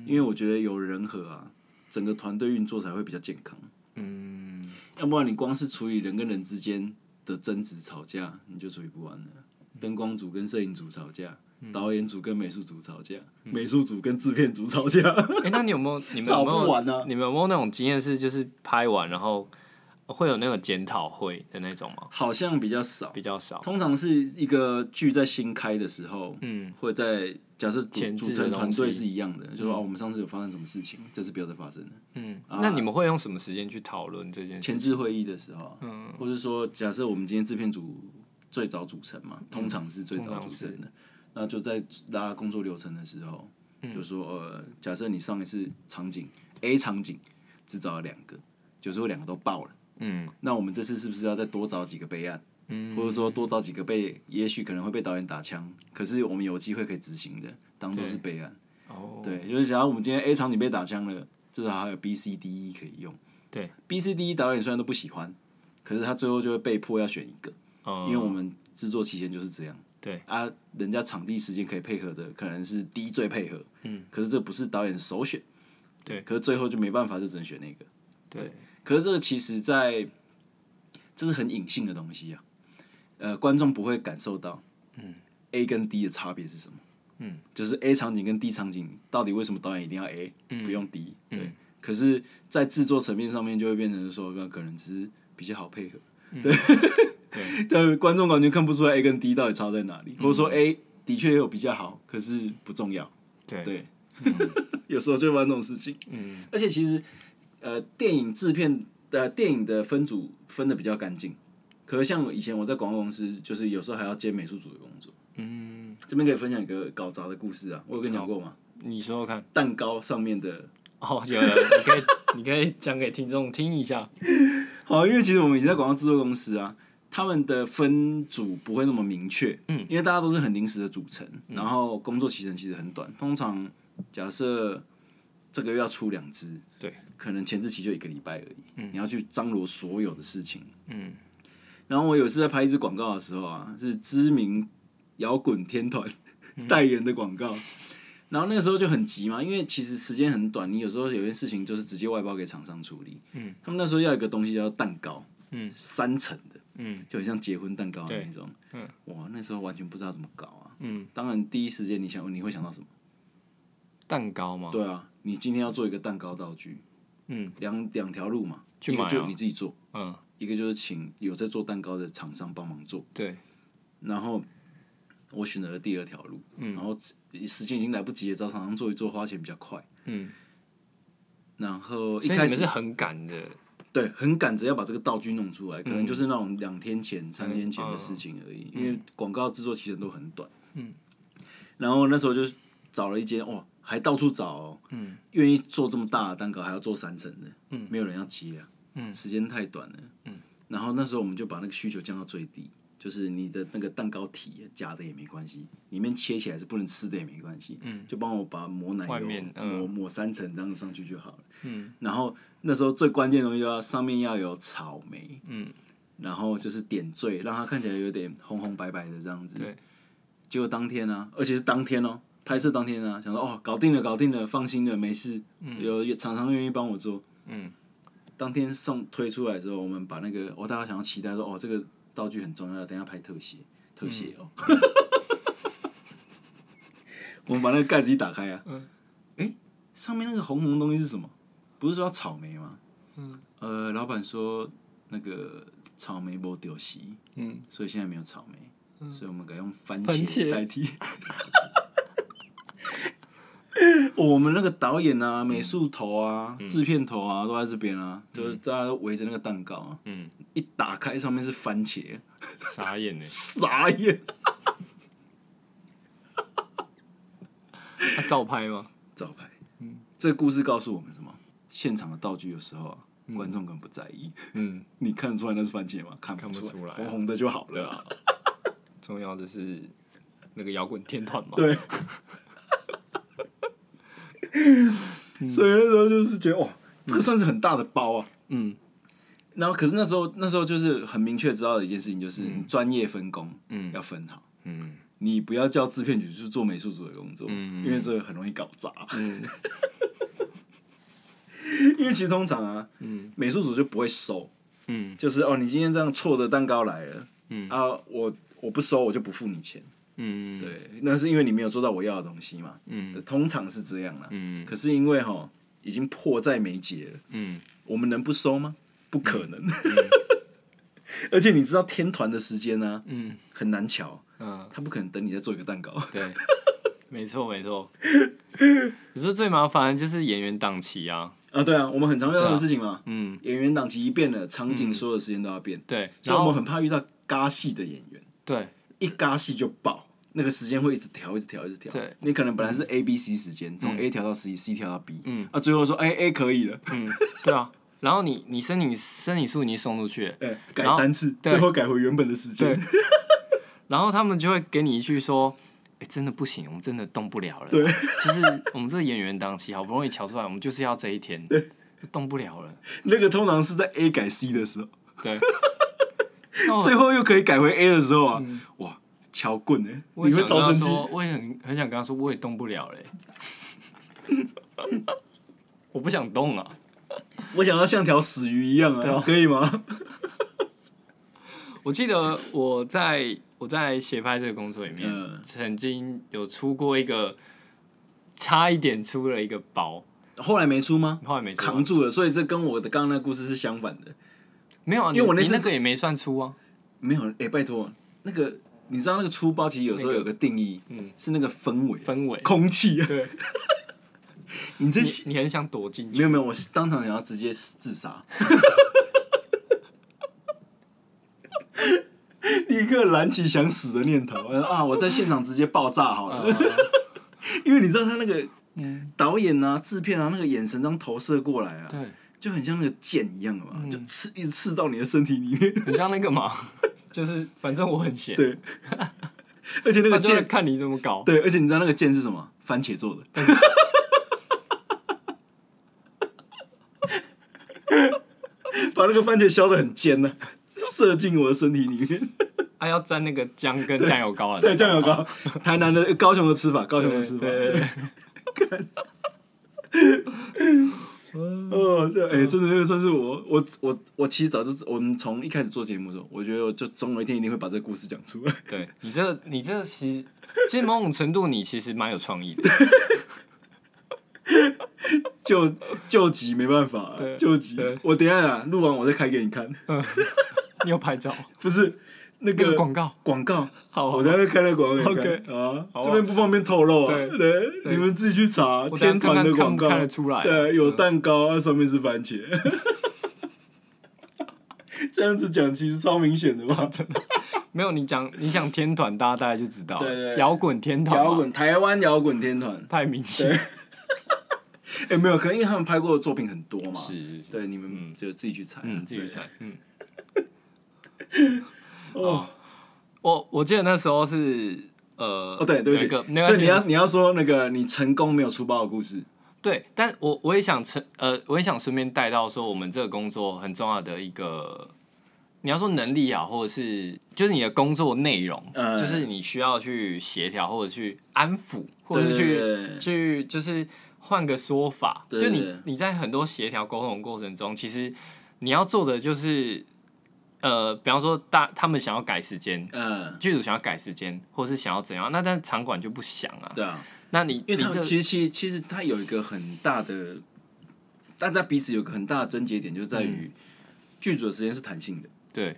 [SPEAKER 2] 因为我觉得有人和啊，整个团队运作才会比较健康。
[SPEAKER 1] 嗯，
[SPEAKER 2] 要不然你光是处理人跟人之间的争执吵架，你就处理不完了。灯光组跟摄影组吵架，导演组跟美术组吵架，美术组跟制片组吵架，
[SPEAKER 1] 哎、那你有没有你们
[SPEAKER 2] 吵
[SPEAKER 1] 有
[SPEAKER 2] 不啊
[SPEAKER 1] 没有
[SPEAKER 2] 完呢、
[SPEAKER 1] 你们有没有那种经验是就是拍完然后会有那个检讨会的那种吗？
[SPEAKER 2] 好像比较少，
[SPEAKER 1] 比较少，
[SPEAKER 2] 通常是一个剧在新开的时候，
[SPEAKER 1] 嗯，
[SPEAKER 2] 或者在假设组
[SPEAKER 1] 前置
[SPEAKER 2] 组
[SPEAKER 1] 的
[SPEAKER 2] 成团
[SPEAKER 1] 东
[SPEAKER 2] 队
[SPEAKER 1] 西
[SPEAKER 2] 是一样的，就说、哦，我们上次有发生什么事情，这次不要再发生了。
[SPEAKER 1] 嗯，那你们会用什么时间去讨论这件事？
[SPEAKER 2] 啊前置会议的时候啊，或是说假设我们今天制片组最早组成嘛，通常是最早组成的，那就在拉工作流程的时候，就说呃，假设你上一次场景 A 场景只找了两个，有时候两个都爆了，
[SPEAKER 1] 嗯
[SPEAKER 2] 那我们这次是不是要再多找几个备案？或者说多找几个被，也许可能会被导演打枪，可是我们有机会可以执行的，当做是备案。
[SPEAKER 1] 哦，
[SPEAKER 2] 对，就是假如我们今天 A 场景被打枪了，至少还有 B、C、D、E 可以用。
[SPEAKER 1] 对
[SPEAKER 2] ，B、C、D、E 导演虽然都不喜欢，可是他最后就会被迫要选一个，
[SPEAKER 1] 嗯，
[SPEAKER 2] 因为我们制作期间就是这样。
[SPEAKER 1] 对
[SPEAKER 2] 啊，人家场地时间可以配合的，可能是 D 最配合，嗯，可是这不是导演首选，
[SPEAKER 1] 对
[SPEAKER 2] 可是最后就没办法，就只能选那个。
[SPEAKER 1] 对，
[SPEAKER 2] 可是这个其实在，这是很隐性的东西啊，呃，观众不会感受到，嗯，A 跟 D 的差别是什么？嗯，就是 A 场景跟 D 场景到底为什么导演一定要 A，、不
[SPEAKER 1] 嗯
[SPEAKER 2] 用 D？对，可是，在制作层面上面就会变成说，那可能只是比较好配合，对， 但观众完全看不出来 A 跟 D 到底差在哪里，或者说 A 的确有比较好，可是不重要。
[SPEAKER 1] 对
[SPEAKER 2] 对，有时候就会发生这种事情。嗯，而且其实呃，电影制片呃，电影的分组分的比较干净。可是像以前我在广告公司，就是有时候还要接美术组的工作。嗯，这边可以分享一个搞砸的故事啊，我有跟你讲过吗？
[SPEAKER 1] 你说说看。
[SPEAKER 2] 蛋糕上面的，
[SPEAKER 1] 哦，有了，你可以你可以讲给听众听一下。
[SPEAKER 2] 好，因为其实我们以前在广告制作公司啊，他们的分组不会那么明确，嗯，因为大家都是很临时的组成，然后工作期程其实很短，通常假设这个月要出两支，
[SPEAKER 1] 对，
[SPEAKER 2] 可能前置期就一个礼拜而已，嗯，你要去张罗所有的事情，
[SPEAKER 1] 嗯，
[SPEAKER 2] 然后我有一次在拍一支广告的时候啊，是知名摇滚天团代言的广告。然后那个时候就很急嘛，因为其实时间很短，你有时候有些事情就是直接外包给厂商处理。嗯，他们那时候要一个东西叫蛋糕，嗯，三层的，嗯，嗯，就很像结婚蛋糕的那种，嗯，哇，那时候完全不知道怎么搞啊，嗯，当然第一时间你想你会想到什么？
[SPEAKER 1] 蛋糕吗？
[SPEAKER 2] 对啊，你今天要做一个蛋糕道具，嗯，两两条路嘛，
[SPEAKER 1] 去
[SPEAKER 2] 一
[SPEAKER 1] 买啊
[SPEAKER 2] 个就你自己做，
[SPEAKER 1] 嗯，
[SPEAKER 2] 一个就是请有在做蛋糕的厂商帮忙做，
[SPEAKER 1] 对，
[SPEAKER 2] 然后我选择了第二条路，嗯，然后时间已经来不及了，找厂商做一做，花钱比较快，
[SPEAKER 1] 嗯，
[SPEAKER 2] 然哦后
[SPEAKER 1] 所
[SPEAKER 2] 一
[SPEAKER 1] 以你
[SPEAKER 2] 开
[SPEAKER 1] 们
[SPEAKER 2] 始
[SPEAKER 1] 是很赶的，
[SPEAKER 2] 对，很赶着要把这个道具弄出来，可能就是那种两天前、三天前的事情而已，因为广告制作期程都很短。嗯，然后那时候就找了一间，哇，还到处找、哦，嗯，愿意做这么大的蛋糕，还要做三层的，嗯，没有人要接啊，嗯，时间太短了，嗯，然后那时候我们就把那个需求降到最低。就是你的那个蛋糕体假的也没关系，里面切起来是不能吃的也没关系，嗯，就帮我把抹奶
[SPEAKER 1] 外
[SPEAKER 2] 油
[SPEAKER 1] 面、嗯
[SPEAKER 2] 抹抹三层这样上去就好了。然后那时候最关键的东西就要上面要有草莓，嗯，然后就是点缀，让它看起来有点红红白白的这样子。
[SPEAKER 1] 对。
[SPEAKER 2] 结果当天呢、而且是当天哦、拍摄当天啊，想说哦，搞定了，搞定了，放心了，没事，有有厂商愿意帮我做。
[SPEAKER 1] 嗯。
[SPEAKER 2] 当天送推出来之后，我们把那个哦，大家想要期待说哦，这个道具很重要，等一下拍特写，特写哦。 我们把那个盖子一打开啊，嗯，哎、上面那个红红的东西是什么？不是说要草莓吗？嗯，呃，老板说那个草莓不丢席，
[SPEAKER 1] 嗯，
[SPEAKER 2] 所以现在没有草莓，所以我们改用番
[SPEAKER 1] 番茄
[SPEAKER 2] 代替。 哦我们那个导演
[SPEAKER 1] 嗯
[SPEAKER 2] 啊、美术头啊、制片头啊，都在这边啊，就是大家都围着那个蛋糕啊，
[SPEAKER 1] 嗯，
[SPEAKER 2] 一打开上面是番茄，，
[SPEAKER 1] 傻眼欸呢
[SPEAKER 2] 傻眼，
[SPEAKER 1] 嗯他照拍吗？
[SPEAKER 2] 招牌。嗯，这个故事告诉我们什么？现场的道具有时候啊，观众根本不在意，
[SPEAKER 1] 嗯，
[SPEAKER 2] 你看得出来那是番茄吗？看不
[SPEAKER 1] 看不
[SPEAKER 2] 出
[SPEAKER 1] 出来啊
[SPEAKER 2] 红红的就好
[SPEAKER 1] 对
[SPEAKER 2] 了。
[SPEAKER 1] 啊，重要的是那个摇滚天团嘛，
[SPEAKER 2] 对，所以那时候就是觉得哇，这个算是很大的包啊。
[SPEAKER 1] 嗯
[SPEAKER 2] 然后，可是那时候那时候就是很明确知道的一件事情，就是你专业分工，嗯，要分好。
[SPEAKER 1] 嗯
[SPEAKER 2] 你不要叫制片局去做美术组的工作，
[SPEAKER 1] 嗯
[SPEAKER 2] 因为这个很容易搞砸。
[SPEAKER 1] 嗯
[SPEAKER 2] 因为其实通常啊，
[SPEAKER 1] 嗯
[SPEAKER 2] 美术组就不会收，
[SPEAKER 1] 嗯
[SPEAKER 2] 就是哦，你今天这样错的蛋糕来了，
[SPEAKER 1] 嗯
[SPEAKER 2] 啊，我我不收，我就不付你钱。
[SPEAKER 1] 嗯
[SPEAKER 2] 对，那是因为你没有做到我要的东西嘛。
[SPEAKER 1] 嗯
[SPEAKER 2] 对，通常是这样啦。
[SPEAKER 1] 嗯
[SPEAKER 2] 可是因为哈，已经迫在眉睫了，
[SPEAKER 1] 嗯
[SPEAKER 2] 我们能不收吗？不可能。 而且你知道天团的时间呢、
[SPEAKER 1] 嗯
[SPEAKER 2] 很难瞧，
[SPEAKER 1] 嗯，
[SPEAKER 2] 他不可能等你再做一个蛋糕。
[SPEAKER 1] 对， 没错没错。你说最麻烦的就是演员档期啊，
[SPEAKER 2] 啊，对啊，我们很常遇到
[SPEAKER 1] 对
[SPEAKER 2] 的
[SPEAKER 1] 啊
[SPEAKER 2] 事情嘛。
[SPEAKER 1] 嗯，
[SPEAKER 2] 演员档期一变了，场景所有的时间都要变，
[SPEAKER 1] 对，
[SPEAKER 2] 所
[SPEAKER 1] 然
[SPEAKER 2] 以我
[SPEAKER 1] 后
[SPEAKER 2] 们很怕遇到尬戏的演员，
[SPEAKER 1] 对
[SPEAKER 2] 一尬戏就爆。那个时间会一直调，一直调，一直调
[SPEAKER 1] 对。
[SPEAKER 2] 你可能本来是 A、B、C 时间，从 A 调到 C，C 调到 B，
[SPEAKER 1] 嗯
[SPEAKER 2] 啊，最后说哎 A 可以了，
[SPEAKER 1] 对啊，然后你你申请申请书你送出去了，
[SPEAKER 2] 哎， 改
[SPEAKER 1] 然后
[SPEAKER 2] 三次，
[SPEAKER 1] 对
[SPEAKER 2] 最后改回原本的时间
[SPEAKER 1] 对。然后他们就会给你一句说：“哎、真的不行，我们真的动不了了。”
[SPEAKER 2] 对，
[SPEAKER 1] 就是我们这个演员档期好不容易瞧出来，我们就是要这一天，动不了了。
[SPEAKER 2] 那个通常是在 A 改 C 的时候，
[SPEAKER 1] 对，那我
[SPEAKER 2] 最后又可以改回 A 的时候啊，哇，敲棍哎、
[SPEAKER 1] 我
[SPEAKER 2] 你
[SPEAKER 1] 也
[SPEAKER 2] 会
[SPEAKER 1] 想跟
[SPEAKER 2] 超
[SPEAKER 1] 他
[SPEAKER 2] 生气。
[SPEAKER 1] 说，我也很很想跟他说，我也动不了 嘞、我不想动啊，
[SPEAKER 2] 我想要像条死鱼一样
[SPEAKER 1] 对
[SPEAKER 2] 啊
[SPEAKER 1] 啊，
[SPEAKER 2] 可以吗？
[SPEAKER 1] 我记得我在我在协拍这个工作里面，
[SPEAKER 2] 嗯
[SPEAKER 1] 曾经有出过一个差一点出了一个包，
[SPEAKER 2] 后来没出吗？
[SPEAKER 1] 后来没出啊
[SPEAKER 2] 扛住了，所以这跟我的刚刚那个故事是相反的。
[SPEAKER 1] 没有啊，
[SPEAKER 2] 因为我那
[SPEAKER 1] 那你
[SPEAKER 2] 次
[SPEAKER 1] 个也没算出啊。
[SPEAKER 2] 没有，哎、拜托，那个你知道那个出包其实有时候
[SPEAKER 1] 那个
[SPEAKER 2] 有个定义，
[SPEAKER 1] 嗯
[SPEAKER 2] 是那个氛围、
[SPEAKER 1] 氛围
[SPEAKER 2] 空气啊。
[SPEAKER 1] 对，
[SPEAKER 2] 你 这
[SPEAKER 1] 你你很想躲进去，
[SPEAKER 2] 没有没有，我是当场想要直接自杀。 立刻燃起想死的念头啊！我在现场直接爆炸好了，因为你知道他那个
[SPEAKER 1] 嗯
[SPEAKER 2] 导演啊、制片啊，那个眼神这样投射过来啊，
[SPEAKER 1] 对，嗯
[SPEAKER 2] 就很像那个箭一样的嘛，就刺一直刺到你的身体里面。
[SPEAKER 1] 很像那个嘛，就是反正我很闲，
[SPEAKER 2] 对，而且那
[SPEAKER 1] 他
[SPEAKER 2] 个
[SPEAKER 1] 就会
[SPEAKER 2] 箭，
[SPEAKER 1] 看你怎么搞。
[SPEAKER 2] 对，而且你知道那个箭是什么？番茄做的。 把那个番茄削的很尖呢、 射进我的身体里面。
[SPEAKER 1] 他要沾那个姜跟酱油膏了，啊
[SPEAKER 2] 对，酱油膏， 台南的呃高雄的吃法，高雄的
[SPEAKER 1] 对
[SPEAKER 2] 吃
[SPEAKER 1] 对
[SPEAKER 2] 法。
[SPEAKER 1] 对对，
[SPEAKER 2] 哦，
[SPEAKER 1] 嗯
[SPEAKER 2] 对，哎、真的这个算是我，我，我，我其实早就，我们从一开始做节目的时候，我觉得我就总有一天一定会把这个故事讲出来。
[SPEAKER 1] 对你这你这其实其实某种程度你其实蛮有创意的，
[SPEAKER 2] 救救急没办法、啊，救急。我等一下啊录完我再开给你看，
[SPEAKER 1] 你有拍照
[SPEAKER 2] 不是那
[SPEAKER 1] 嗯那个
[SPEAKER 2] 个
[SPEAKER 1] 广告，
[SPEAKER 2] 广告。
[SPEAKER 1] 好
[SPEAKER 2] 我等一下开那广告给你看啊，这边不方便透露啊，
[SPEAKER 1] 对
[SPEAKER 2] 对，你们自己去查
[SPEAKER 1] 我等一下
[SPEAKER 2] 天团的
[SPEAKER 1] 看看
[SPEAKER 2] 广
[SPEAKER 1] 看不
[SPEAKER 2] 告，
[SPEAKER 1] 看得出来啊
[SPEAKER 2] 对，有蛋糕，啊，上面是番茄。 这样子讲其实超明 显的吧？
[SPEAKER 1] 啊没有你讲你讲天团，大家大概就知道了
[SPEAKER 2] 对对对
[SPEAKER 1] 摇滚天团嘛，
[SPEAKER 2] 摇滚台湾摇滚天团，
[SPEAKER 1] 太明显，
[SPEAKER 2] 哎、没有，可能因为他们拍过的作品很多嘛，
[SPEAKER 1] 是是是，
[SPEAKER 2] 对，你们就自己去猜啊，
[SPEAKER 1] 嗯，继续
[SPEAKER 2] 对
[SPEAKER 1] 猜，嗯。
[SPEAKER 2] 哦
[SPEAKER 1] 我我记得那时候是呃，
[SPEAKER 2] 哦，对，对
[SPEAKER 1] 有一
[SPEAKER 2] 不
[SPEAKER 1] 个
[SPEAKER 2] 起，
[SPEAKER 1] 没
[SPEAKER 2] 所
[SPEAKER 1] 关
[SPEAKER 2] 以你
[SPEAKER 1] 系，
[SPEAKER 2] 要你要说那个你成功没有出包的故事，
[SPEAKER 1] 对，但我我也想成呃，我也想顺便带到说，我们这个工作很重要的一个，你要说能力啊，或者是就是你的工作内容，
[SPEAKER 2] 嗯
[SPEAKER 1] 就是你需要去协调，或者去安抚，或者
[SPEAKER 2] 对
[SPEAKER 1] 是
[SPEAKER 2] 对
[SPEAKER 1] 去
[SPEAKER 2] 对对
[SPEAKER 1] 去就是换个说法，
[SPEAKER 2] 对对
[SPEAKER 1] 就
[SPEAKER 2] 对
[SPEAKER 1] 你你在很多协调沟通的过程中，其实你要做的就是呃，比方说大他们想要改时间，
[SPEAKER 2] 嗯，
[SPEAKER 1] 剧组想要改时间，或是想要怎样，那但场馆就不想啊。
[SPEAKER 2] 对啊，
[SPEAKER 1] 那你
[SPEAKER 2] 因为
[SPEAKER 1] 你
[SPEAKER 2] 他们
[SPEAKER 1] 这
[SPEAKER 2] 其实其实其实他有一个很大的，大家彼此有个很大的症结点，就
[SPEAKER 1] 嗯
[SPEAKER 2] 在于剧组的时间是弹性的，
[SPEAKER 1] 对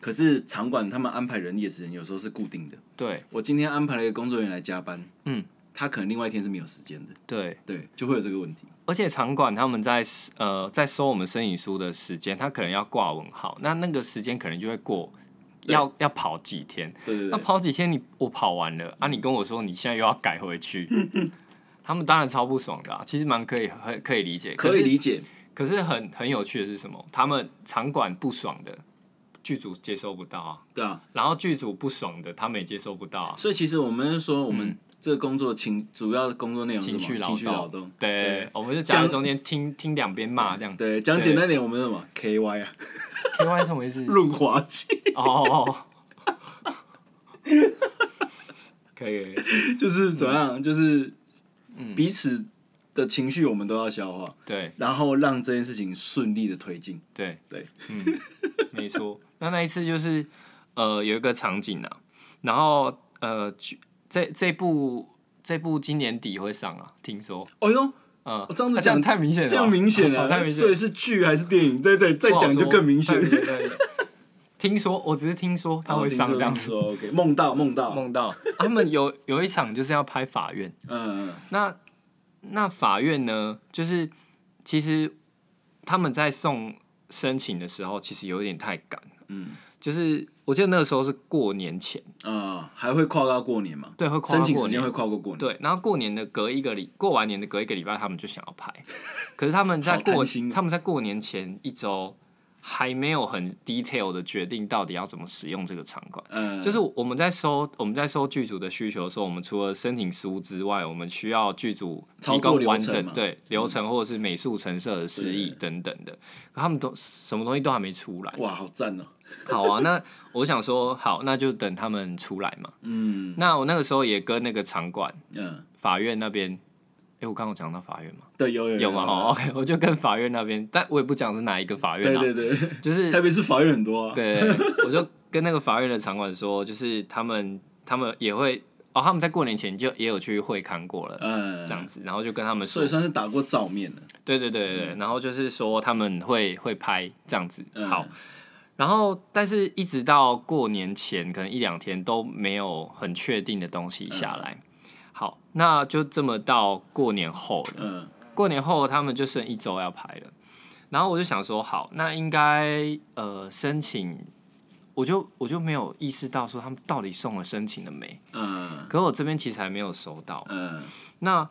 [SPEAKER 2] 可是场馆他们安排人力的时间有时候是固定的。
[SPEAKER 1] 对
[SPEAKER 2] 我今天安排了一个工作人员来加班，
[SPEAKER 1] 嗯，
[SPEAKER 2] 他可能另外一天是没有时间的，
[SPEAKER 1] 对，
[SPEAKER 2] 对，就会有这个问题。
[SPEAKER 1] 而且场馆他们在呃在收我们申请书的时间，他可能要挂问号，那那个时间可能就会过，要要跑几天，
[SPEAKER 2] 对对
[SPEAKER 1] 那
[SPEAKER 2] 对，
[SPEAKER 1] 跑几天你我跑完了啊，你跟我说你现在又要改回 去，他们当然超不爽的、啊，其实蛮可以很可以理解，
[SPEAKER 2] 可以
[SPEAKER 1] 是
[SPEAKER 2] 理解，
[SPEAKER 1] 可是很很有趣的是什么？他们场馆不爽的剧组接收不到啊。
[SPEAKER 2] 对啊。
[SPEAKER 1] 然后剧组不爽的，他们也接收不到啊，
[SPEAKER 2] 所以其实我们说，我们这个工作情主要的工作内容是什
[SPEAKER 1] 嗯情
[SPEAKER 2] 么？
[SPEAKER 1] 绪劳
[SPEAKER 2] 情绪劳
[SPEAKER 1] 动
[SPEAKER 2] 动。。
[SPEAKER 1] 对，我们就
[SPEAKER 2] 这
[SPEAKER 1] 夹在
[SPEAKER 2] 样
[SPEAKER 1] 中间听听两边骂这样。
[SPEAKER 2] 对，讲简单点，我们是什么 KY 啊，
[SPEAKER 1] K Y 什么意思？哦
[SPEAKER 2] 润滑剂，
[SPEAKER 1] 哦哦，可以，可以
[SPEAKER 2] 就是怎么样，
[SPEAKER 1] 嗯
[SPEAKER 2] 就是彼此的情绪我们都要消化。
[SPEAKER 1] 对
[SPEAKER 2] 然后让这件事情顺利的推进。
[SPEAKER 1] 对
[SPEAKER 2] 对，
[SPEAKER 1] 嗯，没错。那那一次就是呃有一个场景啊，然后呃剧这这部这部今年底会上啊，听说，
[SPEAKER 2] 哦呦，
[SPEAKER 1] 嗯，
[SPEAKER 2] 我这样子
[SPEAKER 1] 啊样
[SPEAKER 2] 讲
[SPEAKER 1] 太明显了吧，
[SPEAKER 2] 这样明显
[SPEAKER 1] 哦
[SPEAKER 2] 了，
[SPEAKER 1] 太明显
[SPEAKER 2] 所以是剧还是电影？再再再
[SPEAKER 1] 不好
[SPEAKER 2] 讲就
[SPEAKER 1] 说
[SPEAKER 2] 更明显
[SPEAKER 1] 对。对对对哦听说，我只是听说 他会上这样
[SPEAKER 2] 听说。听哦说 OK，梦到梦到，
[SPEAKER 1] 梦到啊他们有有一场就是要拍法院，
[SPEAKER 2] 嗯，嗯
[SPEAKER 1] 那那法院呢，就是其实他们在送申请的时候，其实有点太赶了。
[SPEAKER 2] 嗯，
[SPEAKER 1] 就是我记得那个时候是过年前，
[SPEAKER 2] 啊，还会跨到过年嘛？
[SPEAKER 1] 对，会跨
[SPEAKER 2] 申
[SPEAKER 1] 到
[SPEAKER 2] 请
[SPEAKER 1] 过
[SPEAKER 2] 时间
[SPEAKER 1] 年
[SPEAKER 2] 会，跨过过年。
[SPEAKER 1] 对，然后过年的隔一个礼，过完年的隔一个礼拜，他们就想要 拍，可是他们在
[SPEAKER 2] 好
[SPEAKER 1] 过
[SPEAKER 2] 贪心哦
[SPEAKER 1] 他们在过年前一周还没有很 detail 的决定到底要怎么使用这个场馆。
[SPEAKER 2] 嗯，
[SPEAKER 1] 就是我们在收我们在收剧组的需求的时候，我们除了申请书之外，我们需要剧组提
[SPEAKER 2] 操作
[SPEAKER 1] 供
[SPEAKER 2] 流
[SPEAKER 1] 完
[SPEAKER 2] 程
[SPEAKER 1] 整
[SPEAKER 2] 嘛嗯
[SPEAKER 1] 对流程或者是美术陈设的示意
[SPEAKER 2] 对
[SPEAKER 1] 等等的，可他们都什么东西都还没出来。
[SPEAKER 2] 哇，好赞哦。
[SPEAKER 1] 好啊，那我想说，好，那就等他们出来嘛。
[SPEAKER 2] 嗯
[SPEAKER 1] 那我那个时候也跟那个场馆
[SPEAKER 2] 嗯，
[SPEAKER 1] 法院那边，诶，我刚刚有讲到法院嘛，
[SPEAKER 2] 对，啊有有
[SPEAKER 1] 有嘛？哦，，OK，我就跟法院那边，但我也不讲是哪一个法院
[SPEAKER 2] 对
[SPEAKER 1] 啊，
[SPEAKER 2] 对对，
[SPEAKER 1] 就是
[SPEAKER 2] 特别是法院很多啊。
[SPEAKER 1] 对，我就跟那个法院的场馆说，就是他们他们也会哦，他们在过年前就也有去会刊过了。
[SPEAKER 2] 嗯，
[SPEAKER 1] 这样子，然后就跟他们
[SPEAKER 2] 所
[SPEAKER 1] 说
[SPEAKER 2] 以，算是打过照面了。
[SPEAKER 1] 对对对对对，然后就是说他们会会拍这样子，
[SPEAKER 2] 嗯
[SPEAKER 1] 好，，然后但是一直到过年前可能一两天都没有很确定的东西下来，
[SPEAKER 2] 嗯
[SPEAKER 1] 好，那就这么到过年后了，
[SPEAKER 2] 嗯
[SPEAKER 1] 过年后他们就剩一周要拍了，然后我就想说，好，那应该呃申请，我就我就没有意识到说他们到底送了申请了没，
[SPEAKER 2] 嗯
[SPEAKER 1] 可我这边其实还没有收到。
[SPEAKER 2] 嗯
[SPEAKER 1] 那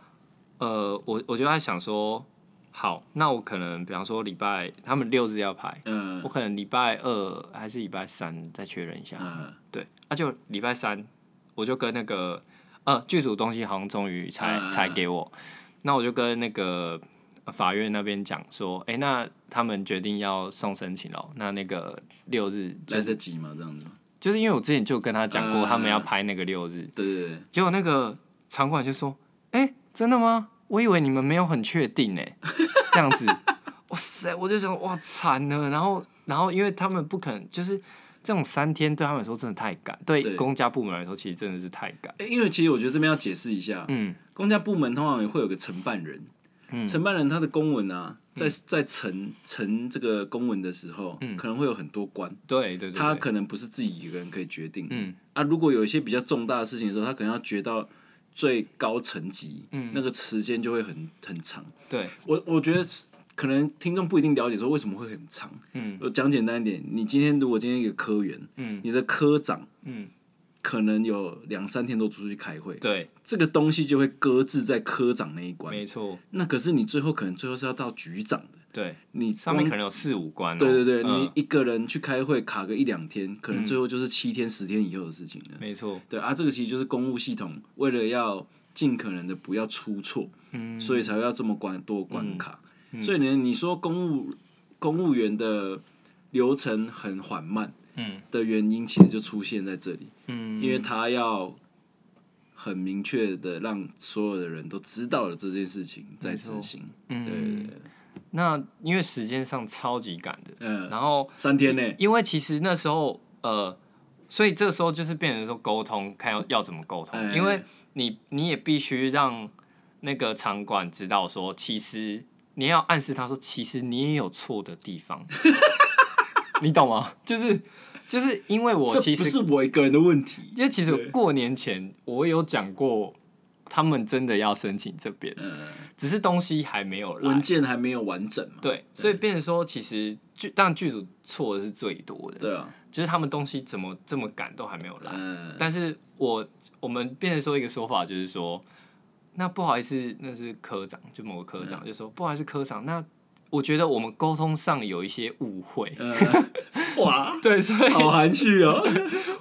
[SPEAKER 1] 呃，我我就在想说，好，那我可能比方说礼拜他们六日要拍，我
[SPEAKER 2] 嗯
[SPEAKER 1] 可能礼拜二还是礼拜三再确认一下，
[SPEAKER 2] 嗯，
[SPEAKER 1] 对，那、就礼拜三我就跟那个呃剧组东西好像终于才、
[SPEAKER 2] 嗯嗯嗯
[SPEAKER 1] 才给我，那我就跟那个呃法院那边讲说，哎、那他们决定要送申请了，那那个六日就
[SPEAKER 2] 来
[SPEAKER 1] 是
[SPEAKER 2] 得及嘛？这样子。
[SPEAKER 1] 就是因为我之前就跟他讲过，
[SPEAKER 2] 嗯
[SPEAKER 1] 他们要拍那个六日，
[SPEAKER 2] 对对对，
[SPEAKER 1] 结果那个场欸 馆就说，哎、真的吗？我以为你们没有很确定哎、这样子。哇塞，我就想哇惨了，然后然后因为他们不肯，就是这种三天对他们来说真的太赶，对
[SPEAKER 2] 对
[SPEAKER 1] 公家部门来说其实真的是太赶，
[SPEAKER 2] 欸因为其实我觉得这边要解释一下，
[SPEAKER 1] 嗯，
[SPEAKER 2] 公家部门通常也会有个承办人，
[SPEAKER 1] 嗯
[SPEAKER 2] 承办人他的公文啊，在在呈呈这个公文的时候，
[SPEAKER 1] 嗯
[SPEAKER 2] 可能会有很多关，
[SPEAKER 1] 对对对，
[SPEAKER 2] 他
[SPEAKER 1] 对
[SPEAKER 2] 可能不是自己一个人可以决定，
[SPEAKER 1] 嗯
[SPEAKER 2] 啊，如果有一些比较重大的事情的时候，他可能要决到最高层级，
[SPEAKER 1] 嗯
[SPEAKER 2] 那个时间就会很很长。
[SPEAKER 1] 对，
[SPEAKER 2] 我我觉得是可能听众不一定了解说为什么会很长，
[SPEAKER 1] 嗯
[SPEAKER 2] 我讲简单一点，你今天如果今天一个科员，
[SPEAKER 1] 嗯
[SPEAKER 2] 你的科长
[SPEAKER 1] 嗯，
[SPEAKER 2] 可能有两三天都出去开会，
[SPEAKER 1] 对，
[SPEAKER 2] 这个东西就会搁置在科长那一关。
[SPEAKER 1] 没错，
[SPEAKER 2] 那可是你最后可能最后是要到局长的，
[SPEAKER 1] 对，
[SPEAKER 2] 你
[SPEAKER 1] 上面
[SPEAKER 2] 光
[SPEAKER 1] 可能有四五关、哦，
[SPEAKER 2] 对对对，
[SPEAKER 1] 嗯
[SPEAKER 2] 你一个人去开会卡个一两天，可能最后就是七天十天以后的事情了。
[SPEAKER 1] 没错，
[SPEAKER 2] 对啊，这个其实就是公务系统为了要尽可能的不要出错，
[SPEAKER 1] 嗯
[SPEAKER 2] 所以才会要这么关多关卡。所以呢，你说公务公务员的流程很缓慢
[SPEAKER 1] 嗯
[SPEAKER 2] 的原因，其实就出现在这里，
[SPEAKER 1] 嗯，
[SPEAKER 2] 因为他要很明确的让所有的人都知道了这件事情在执行。对对对，
[SPEAKER 1] 嗯那因为时间上超级赶的，
[SPEAKER 2] 嗯，
[SPEAKER 1] 然后
[SPEAKER 2] 三天内，
[SPEAKER 1] 因为其实那时候呃，所以这时候就是变成说沟通，看要要怎么沟通，
[SPEAKER 2] 哎
[SPEAKER 1] 因为你你也必须让那个场馆知道说，其实你要暗示他说，其实你也有错的地方， 你懂吗？就是就是因为我
[SPEAKER 2] 这
[SPEAKER 1] 其
[SPEAKER 2] 不
[SPEAKER 1] 实
[SPEAKER 2] 是我一个人的问题。
[SPEAKER 1] 因为其实
[SPEAKER 2] 对
[SPEAKER 1] 过年前我有讲过，他们真的要申请这边，
[SPEAKER 2] 嗯，
[SPEAKER 1] 只是东西还没有来
[SPEAKER 2] 文。件还没有完整嘛？
[SPEAKER 1] 呃对，所以变成说，其实剧但剧组错的是最多的，
[SPEAKER 2] 对啊，
[SPEAKER 1] 就是他们东西怎么这么赶都还没有来。
[SPEAKER 2] 嗯，
[SPEAKER 1] 但是我我们变成说一个说法，就是说，那不好意思，那是科长，就某个科长、就说不好意思，科长，那我觉得我们沟通上有一些误会。
[SPEAKER 2] 嗯，哇，
[SPEAKER 1] 对，所以
[SPEAKER 2] 好含蓄哦。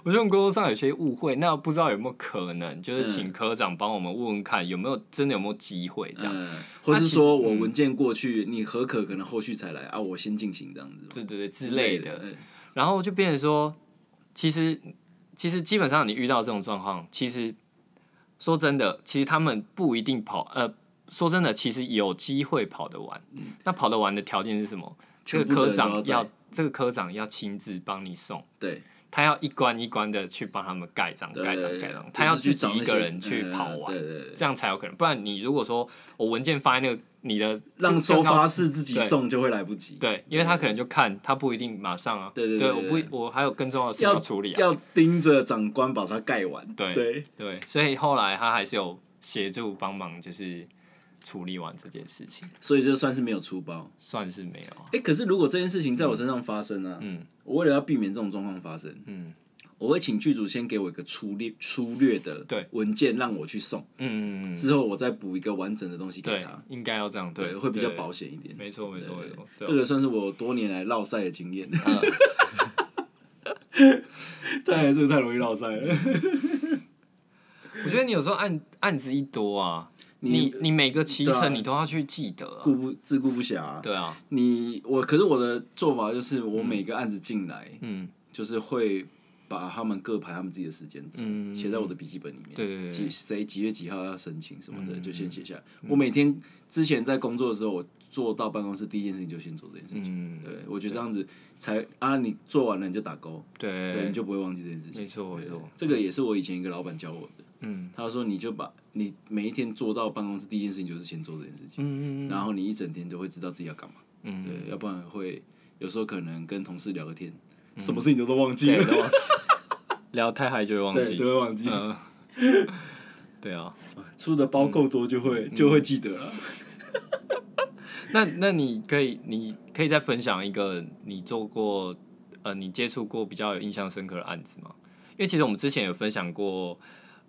[SPEAKER 1] 我认为沟通上有些误会，那不知道有没有可能，就是请
[SPEAKER 2] 嗯
[SPEAKER 1] 科长帮我们问问看，有没有真的有没有机会这样。
[SPEAKER 2] 嗯，或是说我文件过去，你合可可能后续才来啊，我先进行这样子
[SPEAKER 1] 对对对，嗯之类的，
[SPEAKER 2] 嗯
[SPEAKER 1] 然后就变成说，其实其实基本上你遇到这种状况，其实说真的，其实他们不一定跑，呃，说真的，其实有机会跑得完。那跑得完的条件是什么？这
[SPEAKER 2] 嗯
[SPEAKER 1] 个
[SPEAKER 2] 全部的
[SPEAKER 1] 科
[SPEAKER 2] 人
[SPEAKER 1] 长
[SPEAKER 2] 都要
[SPEAKER 1] 要
[SPEAKER 2] 在
[SPEAKER 1] 这个科长要亲自帮你送，
[SPEAKER 2] 对
[SPEAKER 1] 他要一关一关的去帮他们盖章、
[SPEAKER 2] 对
[SPEAKER 1] 盖章、
[SPEAKER 2] 对
[SPEAKER 1] 盖章
[SPEAKER 2] 就是，
[SPEAKER 1] 他要自己
[SPEAKER 2] 去找
[SPEAKER 1] 一
[SPEAKER 2] 那些
[SPEAKER 1] 个人去跑完，
[SPEAKER 2] 嗯对对对，
[SPEAKER 1] 这样才有可能。不然你如果说我文件放在那个你的
[SPEAKER 2] 让
[SPEAKER 1] 收
[SPEAKER 2] 收发室自己送就会来不及，
[SPEAKER 1] 对，因为他可能就看，他不一定马上啊。
[SPEAKER 2] 对对
[SPEAKER 1] 对
[SPEAKER 2] 对
[SPEAKER 1] 我
[SPEAKER 2] 对
[SPEAKER 1] 不，我还有更重要的事
[SPEAKER 2] 要
[SPEAKER 1] 处理啊。
[SPEAKER 2] 要盯着长官把它盖完，
[SPEAKER 1] 对
[SPEAKER 2] 对，
[SPEAKER 1] 对，所以后来他还是有协助帮忙，就是处理完这件事情，
[SPEAKER 2] 所以就算是没有出包。
[SPEAKER 1] 算是没有啊。
[SPEAKER 2] 哎，可是如果这件事情在我身上发生啊，
[SPEAKER 1] 嗯
[SPEAKER 2] 我为了要避免这种状况发生，
[SPEAKER 1] 嗯
[SPEAKER 2] 我会请剧组先给我一个粗略粗略的
[SPEAKER 1] 对
[SPEAKER 2] 文件让我去送，
[SPEAKER 1] 嗯嗯嗯，
[SPEAKER 2] 之后我再补一个完整的东西给
[SPEAKER 1] 对
[SPEAKER 2] 他，，
[SPEAKER 1] 应该要这样
[SPEAKER 2] 对，会比较保。险一点。
[SPEAKER 1] 没错没错没
[SPEAKER 2] 对
[SPEAKER 1] 错，
[SPEAKER 2] 这个算是我多年来绕赛的经验。
[SPEAKER 1] 嗯
[SPEAKER 2] 太这个太容易绕赛了。
[SPEAKER 1] 我觉得你有时候案案子一多啊，你你每个骑
[SPEAKER 2] 对啊
[SPEAKER 1] 程你都要去记得啊。
[SPEAKER 2] 顾不自顾不暇、
[SPEAKER 1] 对嗯啊，
[SPEAKER 2] 你我可是我的做法就是，我每个案子进来，
[SPEAKER 1] 嗯，
[SPEAKER 2] 就是会把他们各排他们自己的时间走，
[SPEAKER 1] 嗯
[SPEAKER 2] 写在我的笔记本里面。
[SPEAKER 1] 对对对
[SPEAKER 2] 几谁几月几号要申请什么
[SPEAKER 1] 嗯
[SPEAKER 2] 的，就先写下来。我每天之前在工作的时候，我坐到办公室第一件事情就先做这件事情。
[SPEAKER 1] 嗯，
[SPEAKER 2] 对，我觉得这样子才啊，你做完了你就打勾，对，
[SPEAKER 1] 对
[SPEAKER 2] 你，就不会忘记这件事情。
[SPEAKER 1] 没错没错，
[SPEAKER 2] 这个也是我以前一个老板教我的。
[SPEAKER 1] 嗯，
[SPEAKER 2] 他说你就把你每一天做到办公室第一件事情就是先做这件事情，
[SPEAKER 1] 嗯嗯
[SPEAKER 2] 然后你一整天都会知道自己要干嘛。
[SPEAKER 1] 嗯，
[SPEAKER 2] 对，要不然会有时候可能跟同事聊个天，什么事情都都忘记
[SPEAKER 1] 嗯对，
[SPEAKER 2] 了，
[SPEAKER 1] 都忘记聊太嗨就会忘
[SPEAKER 2] 对，
[SPEAKER 1] 记
[SPEAKER 2] 都。会忘记。
[SPEAKER 1] 嗯， 对啊，
[SPEAKER 2] 出的包够多就
[SPEAKER 1] 嗯
[SPEAKER 2] 会就会记得了。
[SPEAKER 1] 那那你可以，你可以再分享一个你做过，呃，你接触过比较有印象深刻的案子吗？因为其实我们之前有分享过，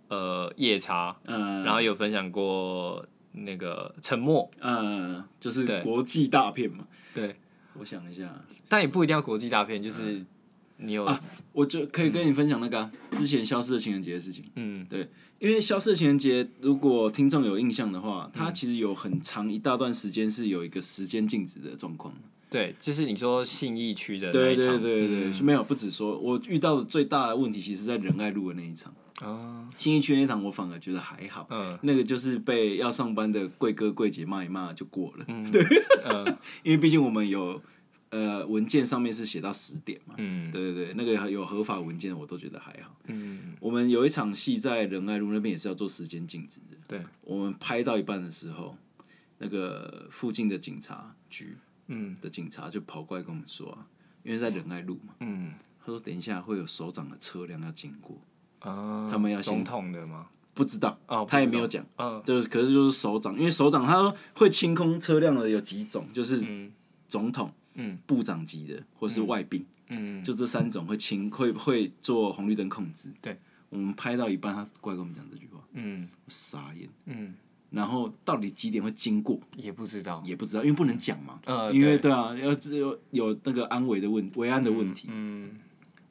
[SPEAKER 1] 呃，夜叉，
[SPEAKER 2] 嗯，
[SPEAKER 1] 然后有分享过那个沉默，
[SPEAKER 2] 嗯，就是
[SPEAKER 1] 对
[SPEAKER 2] 国际大片嘛。
[SPEAKER 1] 对，
[SPEAKER 2] 我想一下，
[SPEAKER 1] 但也不一定要国际大片，就是你有，
[SPEAKER 2] 嗯啊我就可以跟你分享那个啊之前消失的情人节的事情。
[SPEAKER 1] 嗯
[SPEAKER 2] 因为《消失的情人节》，如果听众有印象的话，
[SPEAKER 1] 嗯
[SPEAKER 2] 它其实有很长一大段时间是有一个时间静止的状况。
[SPEAKER 1] 对，就是你说信义区的那
[SPEAKER 2] 对
[SPEAKER 1] 一
[SPEAKER 2] 对
[SPEAKER 1] 场，
[SPEAKER 2] 对对，
[SPEAKER 1] 嗯
[SPEAKER 2] 没有不止说，我遇到的最大的问题，其实在仁爱路的那一场。
[SPEAKER 1] 啊，
[SPEAKER 2] 新一区那档我反而觉得还好，
[SPEAKER 1] 嗯
[SPEAKER 2] 那个就是被要上班的贵哥贵姐骂一骂就过了，
[SPEAKER 1] 嗯，对，嗯
[SPEAKER 2] 因为毕竟我们有呃文件上面是写到十点嘛，
[SPEAKER 1] 嗯
[SPEAKER 2] 对对对，那个有合法文件我都觉得还好。
[SPEAKER 1] 嗯，
[SPEAKER 2] 我们有一场戏在仁爱路那边也是要做时间静止的，
[SPEAKER 1] 对，
[SPEAKER 2] 我们拍到一半的时候，那个附近的警察局
[SPEAKER 1] 嗯
[SPEAKER 2] 的警察就跑过来跟我们说啊，因为在仁爱路嘛，
[SPEAKER 1] 嗯
[SPEAKER 2] 他说等一下会有首长的车辆要经过，
[SPEAKER 1] 啊，
[SPEAKER 2] 他们要先
[SPEAKER 1] 总统的吗？
[SPEAKER 2] 不知道，
[SPEAKER 1] 哦，
[SPEAKER 2] 他也
[SPEAKER 1] 不知
[SPEAKER 2] 没
[SPEAKER 1] 道
[SPEAKER 2] 有讲。
[SPEAKER 1] 嗯
[SPEAKER 2] 就是，可是就是首长，因为首长他说会清空车辆的有几种，就是
[SPEAKER 1] 嗯
[SPEAKER 2] 总统、
[SPEAKER 1] 嗯、
[SPEAKER 2] 部长级的，或是外宾，
[SPEAKER 1] 嗯，
[SPEAKER 2] 就这三种会清会会做红绿灯控制。
[SPEAKER 1] 对，
[SPEAKER 2] 我们拍到一半，他过来跟我们讲这句话，
[SPEAKER 1] 嗯
[SPEAKER 2] 我傻眼。
[SPEAKER 1] 嗯，
[SPEAKER 2] 然后到底几点会经过
[SPEAKER 1] 也不知道，
[SPEAKER 2] 也不知道，因为不能讲嘛，
[SPEAKER 1] 呃，
[SPEAKER 2] 因为对啊，要只有有那个安危的问维安的问题。
[SPEAKER 1] 嗯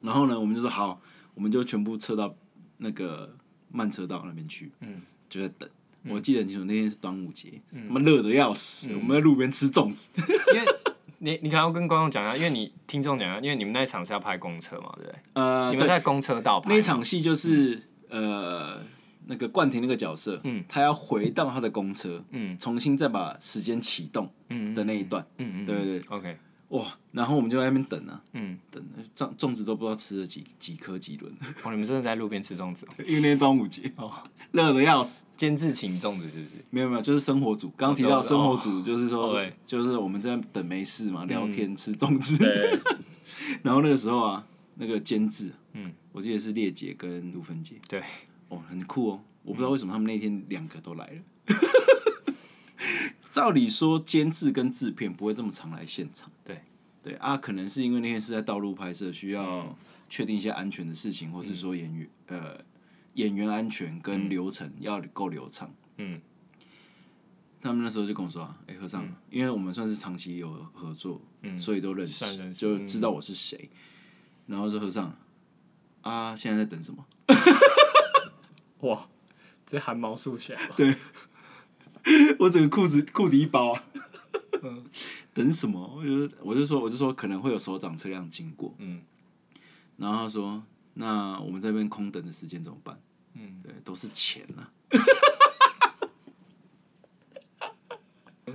[SPEAKER 2] 然后呢，我们就说好，我们就全部撤到那个慢车道那边去，
[SPEAKER 1] 嗯，
[SPEAKER 2] 就在等。我记得很清楚，那天是端午节，他妈热的要死，
[SPEAKER 1] 嗯
[SPEAKER 2] 我们在路边吃粽子，
[SPEAKER 1] 因为你你可能要跟观众讲一下，因为你听众讲一下，因为你们那一场是要拍公车嘛，对不对？
[SPEAKER 2] 呃，
[SPEAKER 1] 你们
[SPEAKER 2] 对，
[SPEAKER 1] 在公车道拍
[SPEAKER 2] 那一场戏就是呃，那个冠廷那个角色，
[SPEAKER 1] 嗯，
[SPEAKER 2] 他要回到他的公车，
[SPEAKER 1] 嗯，
[SPEAKER 2] 重新再把时间启动
[SPEAKER 1] 嗯
[SPEAKER 2] 的那一段，
[SPEAKER 1] 嗯嗯，
[SPEAKER 2] 对对对，
[SPEAKER 1] ，OK，
[SPEAKER 2] 哇，然后我们就在那边等啊，
[SPEAKER 1] 嗯，
[SPEAKER 2] 等粽粽子都不知道吃了几几颗几轮，
[SPEAKER 1] 哦，你们真的在路边吃粽子哦，
[SPEAKER 2] 因为那天端午节，
[SPEAKER 1] 哦，
[SPEAKER 2] 热的要死。
[SPEAKER 1] 监制请粽子是不是？
[SPEAKER 2] 没有没有，就是生活组。刚刚提到生活组，就是
[SPEAKER 1] 哦
[SPEAKER 2] 说
[SPEAKER 1] 对，
[SPEAKER 2] 就是我们在等没事嘛，聊天吃粽子。
[SPEAKER 1] 对，
[SPEAKER 2] 然后那个时候啊，那个监制，
[SPEAKER 1] 嗯，
[SPEAKER 2] 我记得是烈姐跟卢芬姐，
[SPEAKER 1] 对，
[SPEAKER 2] 哦，很酷哦。我不
[SPEAKER 1] 嗯
[SPEAKER 2] 知道为什么他们那天两个都来了。 照理说，监制跟制片不会这么常来现场。
[SPEAKER 1] 对
[SPEAKER 2] 对啊，可能是因为那天是在道路拍摄，需
[SPEAKER 1] 嗯
[SPEAKER 2] 要确定一些安全的事情，或是说演员、呃演员安全跟流程要够流畅。
[SPEAKER 1] 嗯
[SPEAKER 2] 他们那时候就跟我说、啊：“哎、和尚，因为我们算是长期有合作，所以都认
[SPEAKER 1] 嗯
[SPEAKER 2] 识
[SPEAKER 1] 算，认识嗯
[SPEAKER 2] 就知道我是谁。然后说：“和尚，啊，现在在等什么
[SPEAKER 1] 哇，这汗毛竖起来了，？”
[SPEAKER 2] 我整个裤子裤底一包啊，
[SPEAKER 1] 嗯
[SPEAKER 2] 等什么？我就我就说我就说可能会有首长车辆经过，
[SPEAKER 1] 嗯
[SPEAKER 2] 然后他说：“那我们这边空等的时间怎么办？”
[SPEAKER 1] 嗯，
[SPEAKER 2] 对，都是钱 啊。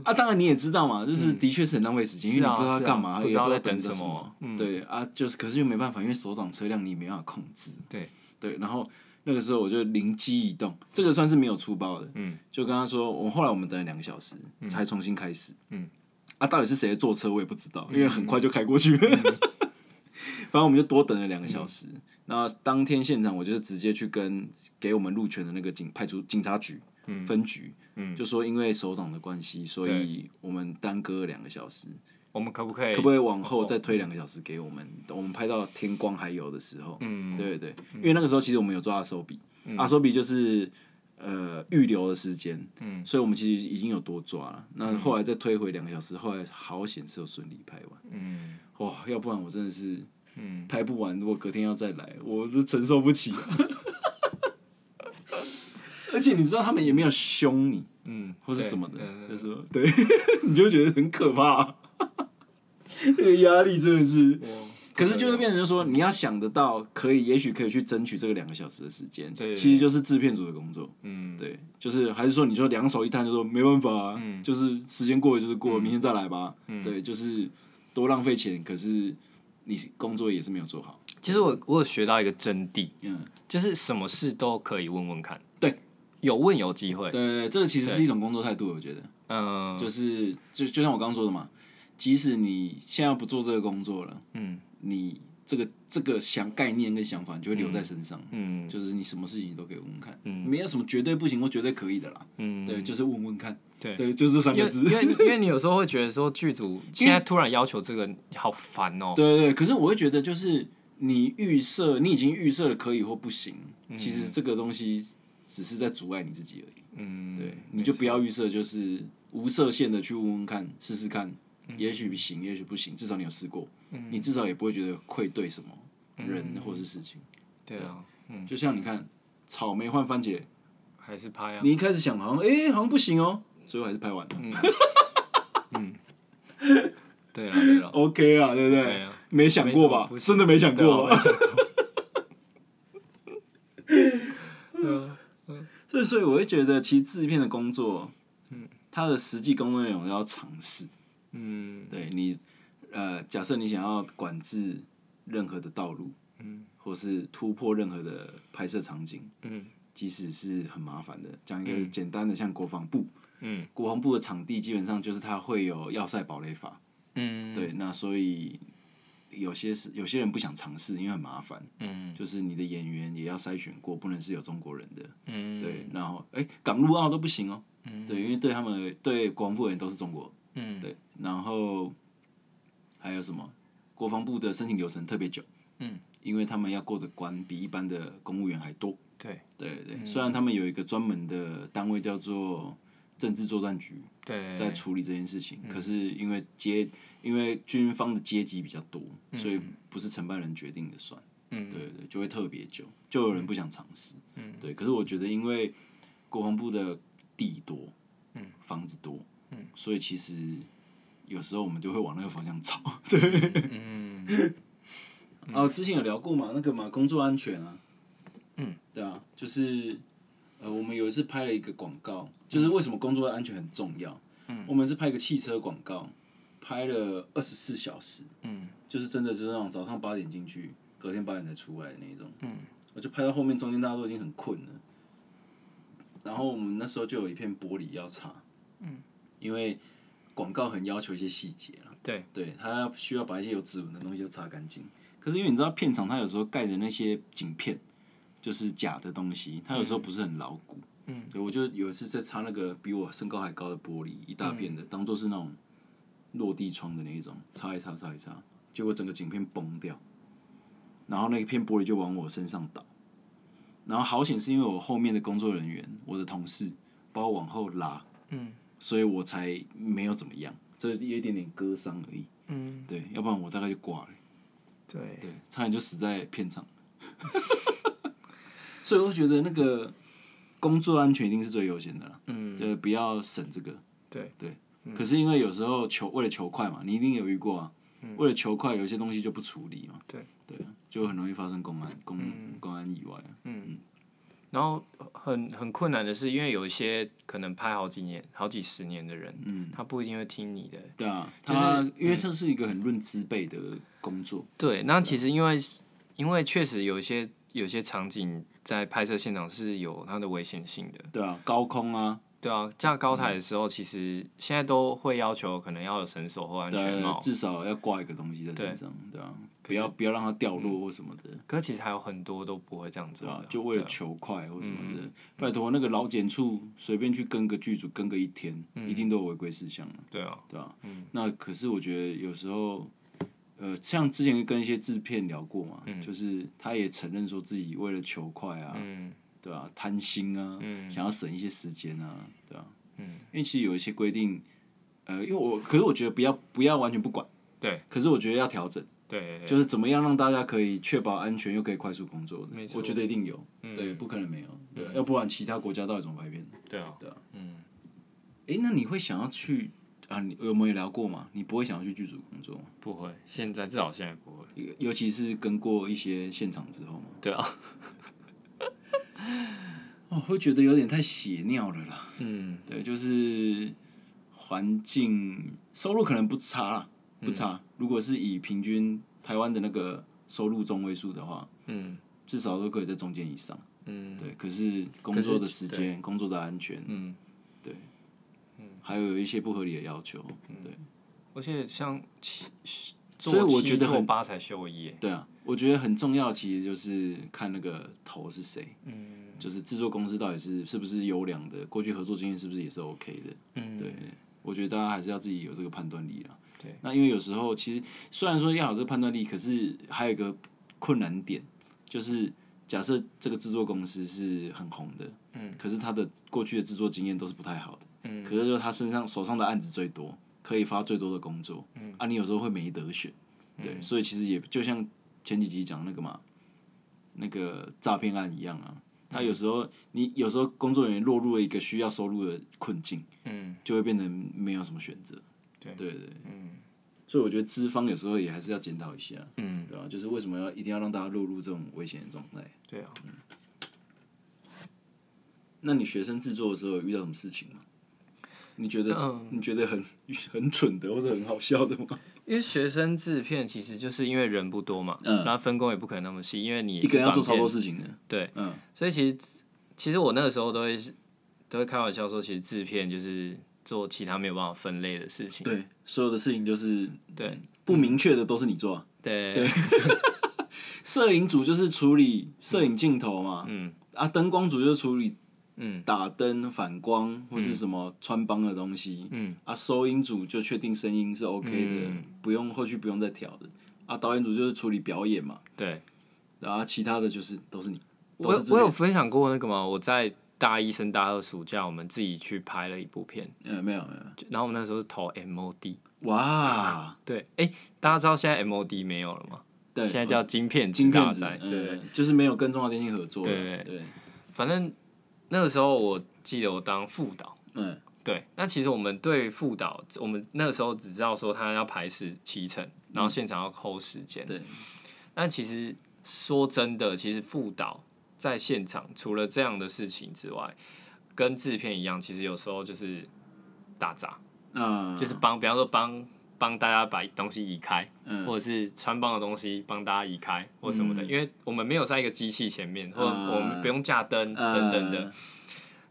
[SPEAKER 2] 啊，当然你也知道嘛，就是的确是很浪费时间，因
[SPEAKER 1] 嗯
[SPEAKER 2] 为
[SPEAKER 1] 是
[SPEAKER 2] 你
[SPEAKER 1] 啊
[SPEAKER 2] 不知道要干嘛，
[SPEAKER 1] 是啊不
[SPEAKER 2] 也不
[SPEAKER 1] 知
[SPEAKER 2] 知
[SPEAKER 1] 道
[SPEAKER 2] 道
[SPEAKER 1] 在
[SPEAKER 2] 等
[SPEAKER 1] 等什么嗯
[SPEAKER 2] 么。对啊，就是可是又没办法，因为手掌车辆你没办法控制。
[SPEAKER 1] 对
[SPEAKER 2] 对，然后那个时候我就灵机一动，这个算是没有粗暴的，
[SPEAKER 1] 嗯，
[SPEAKER 2] 就跟他说，我后来我们等了两个小时才重新开始，
[SPEAKER 1] 嗯，
[SPEAKER 2] 啊，到底是谁坐车我也不知道，因为很快就开过去了，
[SPEAKER 1] 嗯
[SPEAKER 2] 反正我们就多等了两个小时。那当天现场，我就是直接去跟给我们路权的那个警派出警察局、分局，
[SPEAKER 1] 嗯
[SPEAKER 2] 就说因为首长的关系，所以我们耽搁了两个小时，
[SPEAKER 1] 我们可不可以？
[SPEAKER 2] 可不可以往后再推两个小时给我们？我们拍到天光还有的时候，
[SPEAKER 1] 嗯
[SPEAKER 2] 对对，因为那个时候其实我们有抓阿手比，阿手比就是呃预留的时间，
[SPEAKER 1] 嗯
[SPEAKER 2] 所以我们其实已经有多抓了。那后来再推回两个小时，后来好险是有顺利拍完，
[SPEAKER 1] 嗯
[SPEAKER 2] 哇、要不然我真的是
[SPEAKER 1] 嗯，
[SPEAKER 2] 拍不完，如果隔天要再来，我都承受不起。 而且你知道他们也没有凶你
[SPEAKER 1] 嗯，
[SPEAKER 2] 或是什么的
[SPEAKER 1] 对嗯，
[SPEAKER 2] 就说对， 你就觉得很可怕， 那个压力真的是。啊
[SPEAKER 1] 我
[SPEAKER 2] 可是就会变成就是说，你要想得到，可以也许可以去争取这个两个小时的时间，
[SPEAKER 1] 对
[SPEAKER 2] 其实就是制片组的工作，
[SPEAKER 1] 嗯
[SPEAKER 2] 对，就是还是说你就两手一摊，就说没办法、啊，就是时间过了就是过了，明天再来吧，对，就是多浪费钱，可是你工作也是没有做好，
[SPEAKER 1] 其实我我有学到一个真谛，
[SPEAKER 2] 嗯，
[SPEAKER 1] 就是什么事都可以问问看，
[SPEAKER 2] 对，
[SPEAKER 1] 有问有机会，
[SPEAKER 2] 对，这个其实是一种工作态度，我觉得，
[SPEAKER 1] 嗯，
[SPEAKER 2] 就是就就像我刚刚说的嘛，即使你现在不做这个工作了，
[SPEAKER 1] 嗯
[SPEAKER 2] 你这个这个想概念跟想法，你就会留在身上，
[SPEAKER 1] 嗯
[SPEAKER 2] 就是你什么事情都可以问问看，没有什么绝对不行或绝对可以的啦。
[SPEAKER 1] 嗯，
[SPEAKER 2] 对，就是问问看。
[SPEAKER 1] 对
[SPEAKER 2] 对，就是这三
[SPEAKER 1] 因
[SPEAKER 2] 个
[SPEAKER 1] 为
[SPEAKER 2] 字。
[SPEAKER 1] 因为你因为你有时候会觉得说剧组现在突然要求这个好烦哦、
[SPEAKER 2] 对对对，可是我会觉得，就是你预设，你已经预设了可以或不行，其实这个东西只是在阻碍你自己而已。
[SPEAKER 1] 嗯，
[SPEAKER 2] 对，你就不要预设，就是无设限的去问问看，试试看，也许行，也许不行，至少你有试过，你至少也不会觉得愧对什么人或是事情。
[SPEAKER 1] 对啊，
[SPEAKER 2] 就像你看，草莓换番茄，
[SPEAKER 1] 还是拍啊，
[SPEAKER 2] 你一开始想好像，哎、好像不行哦、最后还是拍完了。
[SPEAKER 1] 对啊，对啊，
[SPEAKER 2] OK 啊，对不对？
[SPEAKER 1] 对啊
[SPEAKER 2] 没想过吧
[SPEAKER 1] 没什么不？行
[SPEAKER 2] 真的没想
[SPEAKER 1] 对啊
[SPEAKER 2] 过
[SPEAKER 1] 我也
[SPEAKER 2] 吧？
[SPEAKER 1] 想过嗯
[SPEAKER 2] 嗯所以我会觉得，其实制片的工作，嗯，它的实际工作内容要尝试。
[SPEAKER 1] 嗯
[SPEAKER 2] 对你，呃，假设你想要管制任何的道路，嗯，或是突破任何的拍摄场景，
[SPEAKER 1] 嗯
[SPEAKER 2] 即使是很麻烦的，讲一个简单的，像国防部，
[SPEAKER 1] 嗯
[SPEAKER 2] 国防部的场地基本上就是它会有要塞堡垒法，
[SPEAKER 1] 嗯
[SPEAKER 2] 对，那所以有些是有些人不想尝试，因为很麻烦，
[SPEAKER 1] 嗯
[SPEAKER 2] 就是你的演员也要筛选过，不能是有中国人的，
[SPEAKER 1] 嗯，
[SPEAKER 2] 对，然后哎、港陆澳都不行哦、对，因为对他们对国防部的人都是中国，
[SPEAKER 1] 嗯
[SPEAKER 2] 对，然后还有什么？国防部的申请流程特别久，
[SPEAKER 1] 嗯，
[SPEAKER 2] 因为他们要过的关比一般的公务员还多，
[SPEAKER 1] 对嗯
[SPEAKER 2] 对对对，虽然他们有一个专门的单位叫做政治作战局
[SPEAKER 1] 对
[SPEAKER 2] 在处理这件事情，可是因为阶因为军方的阶级比较多，所以不是承办人决定的算。
[SPEAKER 1] 嗯
[SPEAKER 2] 对对，就会特别久，就有人不想尝试。嗯，对。可是我觉得，因为国防部的地多，嗯，房子多，嗯，所以其实有时候我们就会往那个方向找。 对，嗯。哦，之前有聊过嘛，那个嘛，工作安全啊。嗯，对啊，就是呃，我们有一次拍了一个广告，就是为什么工作安全很重要。嗯，我们是拍一个汽车广告，拍了二十四小时。
[SPEAKER 1] 嗯
[SPEAKER 2] 就是真的就是那种早上八点进去，隔天八点才出来的那一种。嗯，我就拍到后面，中间大家都已经很困了。然后我们那时候就有一片玻璃要擦，嗯，因为广告很要求一些细节啦，
[SPEAKER 1] 对
[SPEAKER 2] 对，它需要把一些有指纹的东西都擦干净。可是因为你知道片场它有时候盖的那些景片就是假的东西，它有时候不是很牢固，嗯，对我就有一次在擦那个比我身高还高的玻璃，一大片的，
[SPEAKER 1] 嗯
[SPEAKER 2] 当做是那种落地窗的那一种，擦一擦擦一擦，结果整个景片崩掉，然后那一片玻璃就往我身上倒。然后好险是因为我后面的工作人员，我的同事把我往后拉，
[SPEAKER 1] 嗯，
[SPEAKER 2] 所以我才没有怎么样，这有一点点割伤而已。
[SPEAKER 1] 嗯
[SPEAKER 2] 对，要不然我大概就挂了，
[SPEAKER 1] 对
[SPEAKER 2] 对，差点就死在片场。 所以我觉得那个工作安全一定是最优先的啦，
[SPEAKER 1] 嗯
[SPEAKER 2] 就是不要省这个。
[SPEAKER 1] 对嗯
[SPEAKER 2] 对，可是因为有时候求为了求快嘛，你一定有遇过啊，为了求快，有些东西就不处理嘛。
[SPEAKER 1] 嗯对嗯
[SPEAKER 2] 对啊，就很容易发生公安公公安意外啊。
[SPEAKER 1] 然后很很困难的是，因为有一些可能拍好几年、好几十年的人，
[SPEAKER 2] 嗯
[SPEAKER 1] 他不一定会听你的。
[SPEAKER 2] 对啊，
[SPEAKER 1] 就是嗯
[SPEAKER 2] 他因为这是一个很论资辈的工作，
[SPEAKER 1] 对，那其实因为因为确实有一些有些场景在拍摄现场是有它的危险性的。
[SPEAKER 2] 对啊，高空啊，
[SPEAKER 1] 对啊，架高
[SPEAKER 2] 嗯
[SPEAKER 1] 台的时候，其实现在都会要求可能要有绳索或安全
[SPEAKER 2] 对啊
[SPEAKER 1] 帽，，嗯
[SPEAKER 2] 至少要挂一个东西在身上，对啊，不要不要让它掉落或什么的，
[SPEAKER 1] 可其实还有很多都不会这样
[SPEAKER 2] 对
[SPEAKER 1] 做
[SPEAKER 2] 啊
[SPEAKER 1] 的，。
[SPEAKER 2] 就为
[SPEAKER 1] 嗯
[SPEAKER 2] 了
[SPEAKER 1] 对啊嗯
[SPEAKER 2] 求快或什么的，拜托那个劳检处随便去跟个剧组跟个一天，
[SPEAKER 1] 嗯
[SPEAKER 2] 一定都有违规事项啊
[SPEAKER 1] 对啊，
[SPEAKER 2] 对啊，那可是我觉得有时候，呃，像之前跟一些制片聊过嘛，就是他也承认说自己为了求快啊，
[SPEAKER 1] 嗯
[SPEAKER 2] 对啊，贪心啊，
[SPEAKER 1] 嗯
[SPEAKER 2] 想要省一些时间啊，对啊，
[SPEAKER 1] 嗯，
[SPEAKER 2] 因为其实有一些规定，呃，因为我可是我觉得不要不要完全不管，
[SPEAKER 1] 对，
[SPEAKER 2] 可是我觉得要调整，
[SPEAKER 1] 对，
[SPEAKER 2] 就是怎么样让大家可以确保安全又可以快速工作的
[SPEAKER 1] 没，错嗯
[SPEAKER 2] 我觉得一定有，对，不可能没有，对，要不然其他国家到底怎么拍片？
[SPEAKER 1] 对啊，
[SPEAKER 2] 对啊，
[SPEAKER 1] 嗯，
[SPEAKER 2] 诶，那你会想要去啊？你我们也聊过嘛？你不会想要去剧组工作吗？
[SPEAKER 1] 不会，现在至少现在不会。
[SPEAKER 2] 尤尤其是跟过一些现场之后嘛，
[SPEAKER 1] 对啊，
[SPEAKER 2] 哦，会觉得有点太血尿了啦。
[SPEAKER 1] 嗯
[SPEAKER 2] 对，就是环境收入可能不差啦，
[SPEAKER 1] 嗯
[SPEAKER 2] 不差。如果是以平均台湾的那个收入中位数的话，
[SPEAKER 1] 嗯
[SPEAKER 2] 至少都可以在中间以上。
[SPEAKER 1] 嗯
[SPEAKER 2] 对，可是工作的时间、工作的安全，
[SPEAKER 1] 嗯，
[SPEAKER 2] 对，还有一些不合理的要求，对。
[SPEAKER 1] 而且像七，做
[SPEAKER 2] 所以我觉得
[SPEAKER 1] 七做
[SPEAKER 2] 很
[SPEAKER 1] 八才休一耶，
[SPEAKER 2] 对啊，我觉得很重要，其实就是看那个头是谁，嗯，就是制作公司到底是是不是优良的，过去合作经验是不是也是 OK 的，
[SPEAKER 1] 嗯，
[SPEAKER 2] 对，我觉得大家还是要自己有这个判断力啊。
[SPEAKER 1] 对，
[SPEAKER 2] 那因为有时候其实虽然说要有这个判断力，可是还有一个困难点，就是假设这个制作公司是很红的，嗯，可是他的过去的制作经验都是不太好的，嗯，可是就是他身上手上的案子最多，可以发最多的工作，嗯，啊，你有时候会没得选，对，所以其实也就像前几集讲那个嘛，那个诈骗案一样啊。
[SPEAKER 1] 嗯
[SPEAKER 2] 他有时候，你有时候工作人员落入了一个需要收入的困境，
[SPEAKER 1] 嗯
[SPEAKER 2] 就会变成没有什么选择。
[SPEAKER 1] 对
[SPEAKER 2] 对对，嗯。所以我觉得资方有时候也还是要检讨一下，
[SPEAKER 1] 嗯，
[SPEAKER 2] 对吧、就是为什么要
[SPEAKER 1] 啊
[SPEAKER 2] 一定要让大家落入这种危险的状态？
[SPEAKER 1] 对啊，
[SPEAKER 2] 嗯那你学生制作的时候有遇到什么事情吗？你觉得、
[SPEAKER 1] 嗯
[SPEAKER 2] 你觉得很 很蠢的，或者很好笑的吗？
[SPEAKER 1] 因为学生制片其实就是因为人不多嘛，
[SPEAKER 2] 嗯
[SPEAKER 1] 然后分工也不可能那么细，因为你
[SPEAKER 2] 一个人要做
[SPEAKER 1] 短
[SPEAKER 2] 超
[SPEAKER 1] 片
[SPEAKER 2] 多事情的，
[SPEAKER 1] 对，
[SPEAKER 2] 嗯，
[SPEAKER 1] 所以其实其实我那个时候都会都会开玩笑说，其实制片就是做其他没有办法分类的事情。
[SPEAKER 2] 对，所有的事情就是
[SPEAKER 1] 对嗯
[SPEAKER 2] 不明确的都是你做、啊。
[SPEAKER 1] 对
[SPEAKER 2] 摄影组就是处理摄影镜头嘛，
[SPEAKER 1] 嗯
[SPEAKER 2] 啊，灯光组就是处理
[SPEAKER 1] 嗯
[SPEAKER 2] 打灯、反光或是什么穿帮的东西，
[SPEAKER 1] 嗯，
[SPEAKER 2] 啊，收音组就确定声音是 OK 的，
[SPEAKER 1] 嗯
[SPEAKER 2] 不用后续不用再调的，啊，导演组就是处理表演嘛，
[SPEAKER 1] 对。
[SPEAKER 2] 然后其他的就是都是你，
[SPEAKER 1] 我
[SPEAKER 2] 都
[SPEAKER 1] 有
[SPEAKER 2] 是这
[SPEAKER 1] 我有
[SPEAKER 2] 类，
[SPEAKER 1] 分享过那个嘛，我在大一升大二暑假，我们自己去拍了一部片，
[SPEAKER 2] 嗯，没有没有，
[SPEAKER 1] 就然后我们那时候是投 MOD。
[SPEAKER 2] 哇，
[SPEAKER 1] 对，哎、大家知道现在 MOD 没有了吗？
[SPEAKER 2] 对，
[SPEAKER 1] 现在叫晶片
[SPEAKER 2] 金
[SPEAKER 1] 大
[SPEAKER 2] 片子
[SPEAKER 1] 赛。，对，
[SPEAKER 2] 嗯，就是没有跟中华电信合作，
[SPEAKER 1] 对
[SPEAKER 2] 对，
[SPEAKER 1] 反正那个时候我记得我当副导。
[SPEAKER 2] 嗯
[SPEAKER 1] 对，那其实我们对副导，我们那个时候只知道说他要排十七成，然
[SPEAKER 2] 嗯
[SPEAKER 1] 后现场要抠时间。
[SPEAKER 2] 对。
[SPEAKER 1] 但其实说真的，其实副导在现场除了这样的事情之外，跟制片一样，其实有时候就是打杂，
[SPEAKER 2] 那
[SPEAKER 1] 就是帮，比方说帮帮大家把东西移开，
[SPEAKER 2] 嗯
[SPEAKER 1] 或者是穿帮的东西帮大家移开或什么的，
[SPEAKER 2] 嗯
[SPEAKER 1] 因为我们没有在一个机器前面，或
[SPEAKER 2] 嗯
[SPEAKER 1] 我们不用架灯等等的。
[SPEAKER 2] 嗯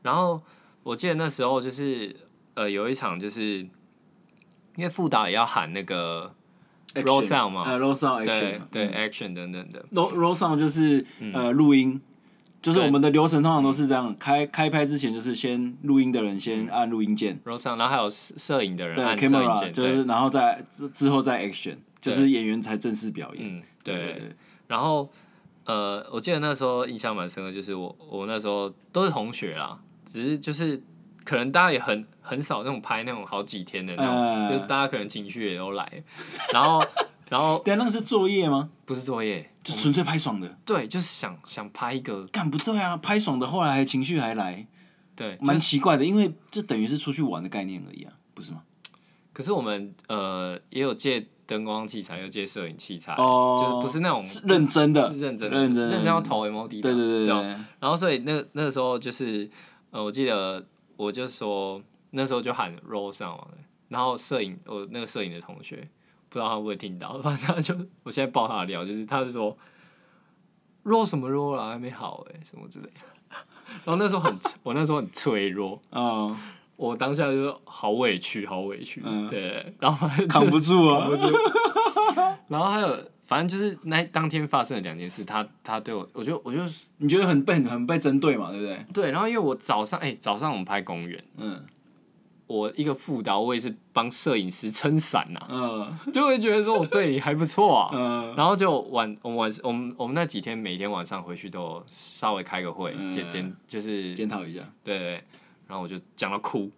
[SPEAKER 1] 然后我记得那时候就是呃有一场就是，因为副导也要喊那个
[SPEAKER 2] action，
[SPEAKER 1] roll sound 嘛
[SPEAKER 2] 呃，roll sound
[SPEAKER 1] 对
[SPEAKER 2] action，嘛
[SPEAKER 1] 对 action 等等的，
[SPEAKER 2] roll roll sound 就是呃录音，就是
[SPEAKER 1] 对
[SPEAKER 2] 我们的流程通常都是这样，开开拍之前就是先录音的人先按录音键，
[SPEAKER 1] 然后上然后还有摄摄影的人
[SPEAKER 2] 对
[SPEAKER 1] 嗯按摄影
[SPEAKER 2] camera
[SPEAKER 1] 键，
[SPEAKER 2] 就是然后再之之后再 action，就是演员才正式表
[SPEAKER 1] 对
[SPEAKER 2] 演。
[SPEAKER 1] 嗯
[SPEAKER 2] 对
[SPEAKER 1] 对，然后呃我记得那时候印象蛮深的，就是我我那时候都是同学啦，只是就是。可能大家也很很少那种拍那种好几天的那种，
[SPEAKER 2] 嗯
[SPEAKER 1] 就是大家可能情绪也都来了，然后然后
[SPEAKER 2] 对，那个是作业吗？
[SPEAKER 1] 不是作业，
[SPEAKER 2] 就纯粹拍爽的，
[SPEAKER 1] 对，就是想想拍一个
[SPEAKER 2] 干不对啊！拍爽的后来还情绪还来，
[SPEAKER 1] 对，
[SPEAKER 2] 蛮奇怪的，因为这等于是出去玩的概念而已啊，不是吗？
[SPEAKER 1] 可是我们呃也有借灯光器材，又借摄影器材，
[SPEAKER 2] 哦
[SPEAKER 1] 哎就是不是那种
[SPEAKER 2] 是认真的，
[SPEAKER 1] 认真的
[SPEAKER 2] 认真的
[SPEAKER 1] 认真要投 MOD 的，
[SPEAKER 2] 对对对
[SPEAKER 1] 吧
[SPEAKER 2] 对，
[SPEAKER 1] 然后所以那那时候就是呃，我记得我就说那时候就喊 roll 上了，然后摄影我那个摄影的同学不知道他会不会听到，反正他就我现在爆他的料，就是他就说 roll 什么 roll 啊，还没好哎、什么之类的。然后那时候很我那时候很脆弱，
[SPEAKER 2] 哦，
[SPEAKER 1] 我当下就好委屈，好委屈，
[SPEAKER 2] 嗯
[SPEAKER 1] 对，然后反正
[SPEAKER 2] 扛不住啊，
[SPEAKER 1] 然后还有，反正就是那当天发生的两件事，他他对我，我就我就
[SPEAKER 2] 你觉得很被很被针对嘛，对不对？
[SPEAKER 1] 对，然后因为我早上哎、早上我们拍公园，
[SPEAKER 2] 嗯
[SPEAKER 1] 我一个副导，我也是帮摄影师撑伞呐、
[SPEAKER 2] 嗯
[SPEAKER 1] 就会觉得说我对你还不错啊。
[SPEAKER 2] 嗯，
[SPEAKER 1] 然后就晚我们晚我们我们那几天每天晚上回去都有稍微开个会，
[SPEAKER 2] 嗯
[SPEAKER 1] 检检就是对
[SPEAKER 2] 检讨一下，
[SPEAKER 1] 对，对然后我就讲到哭，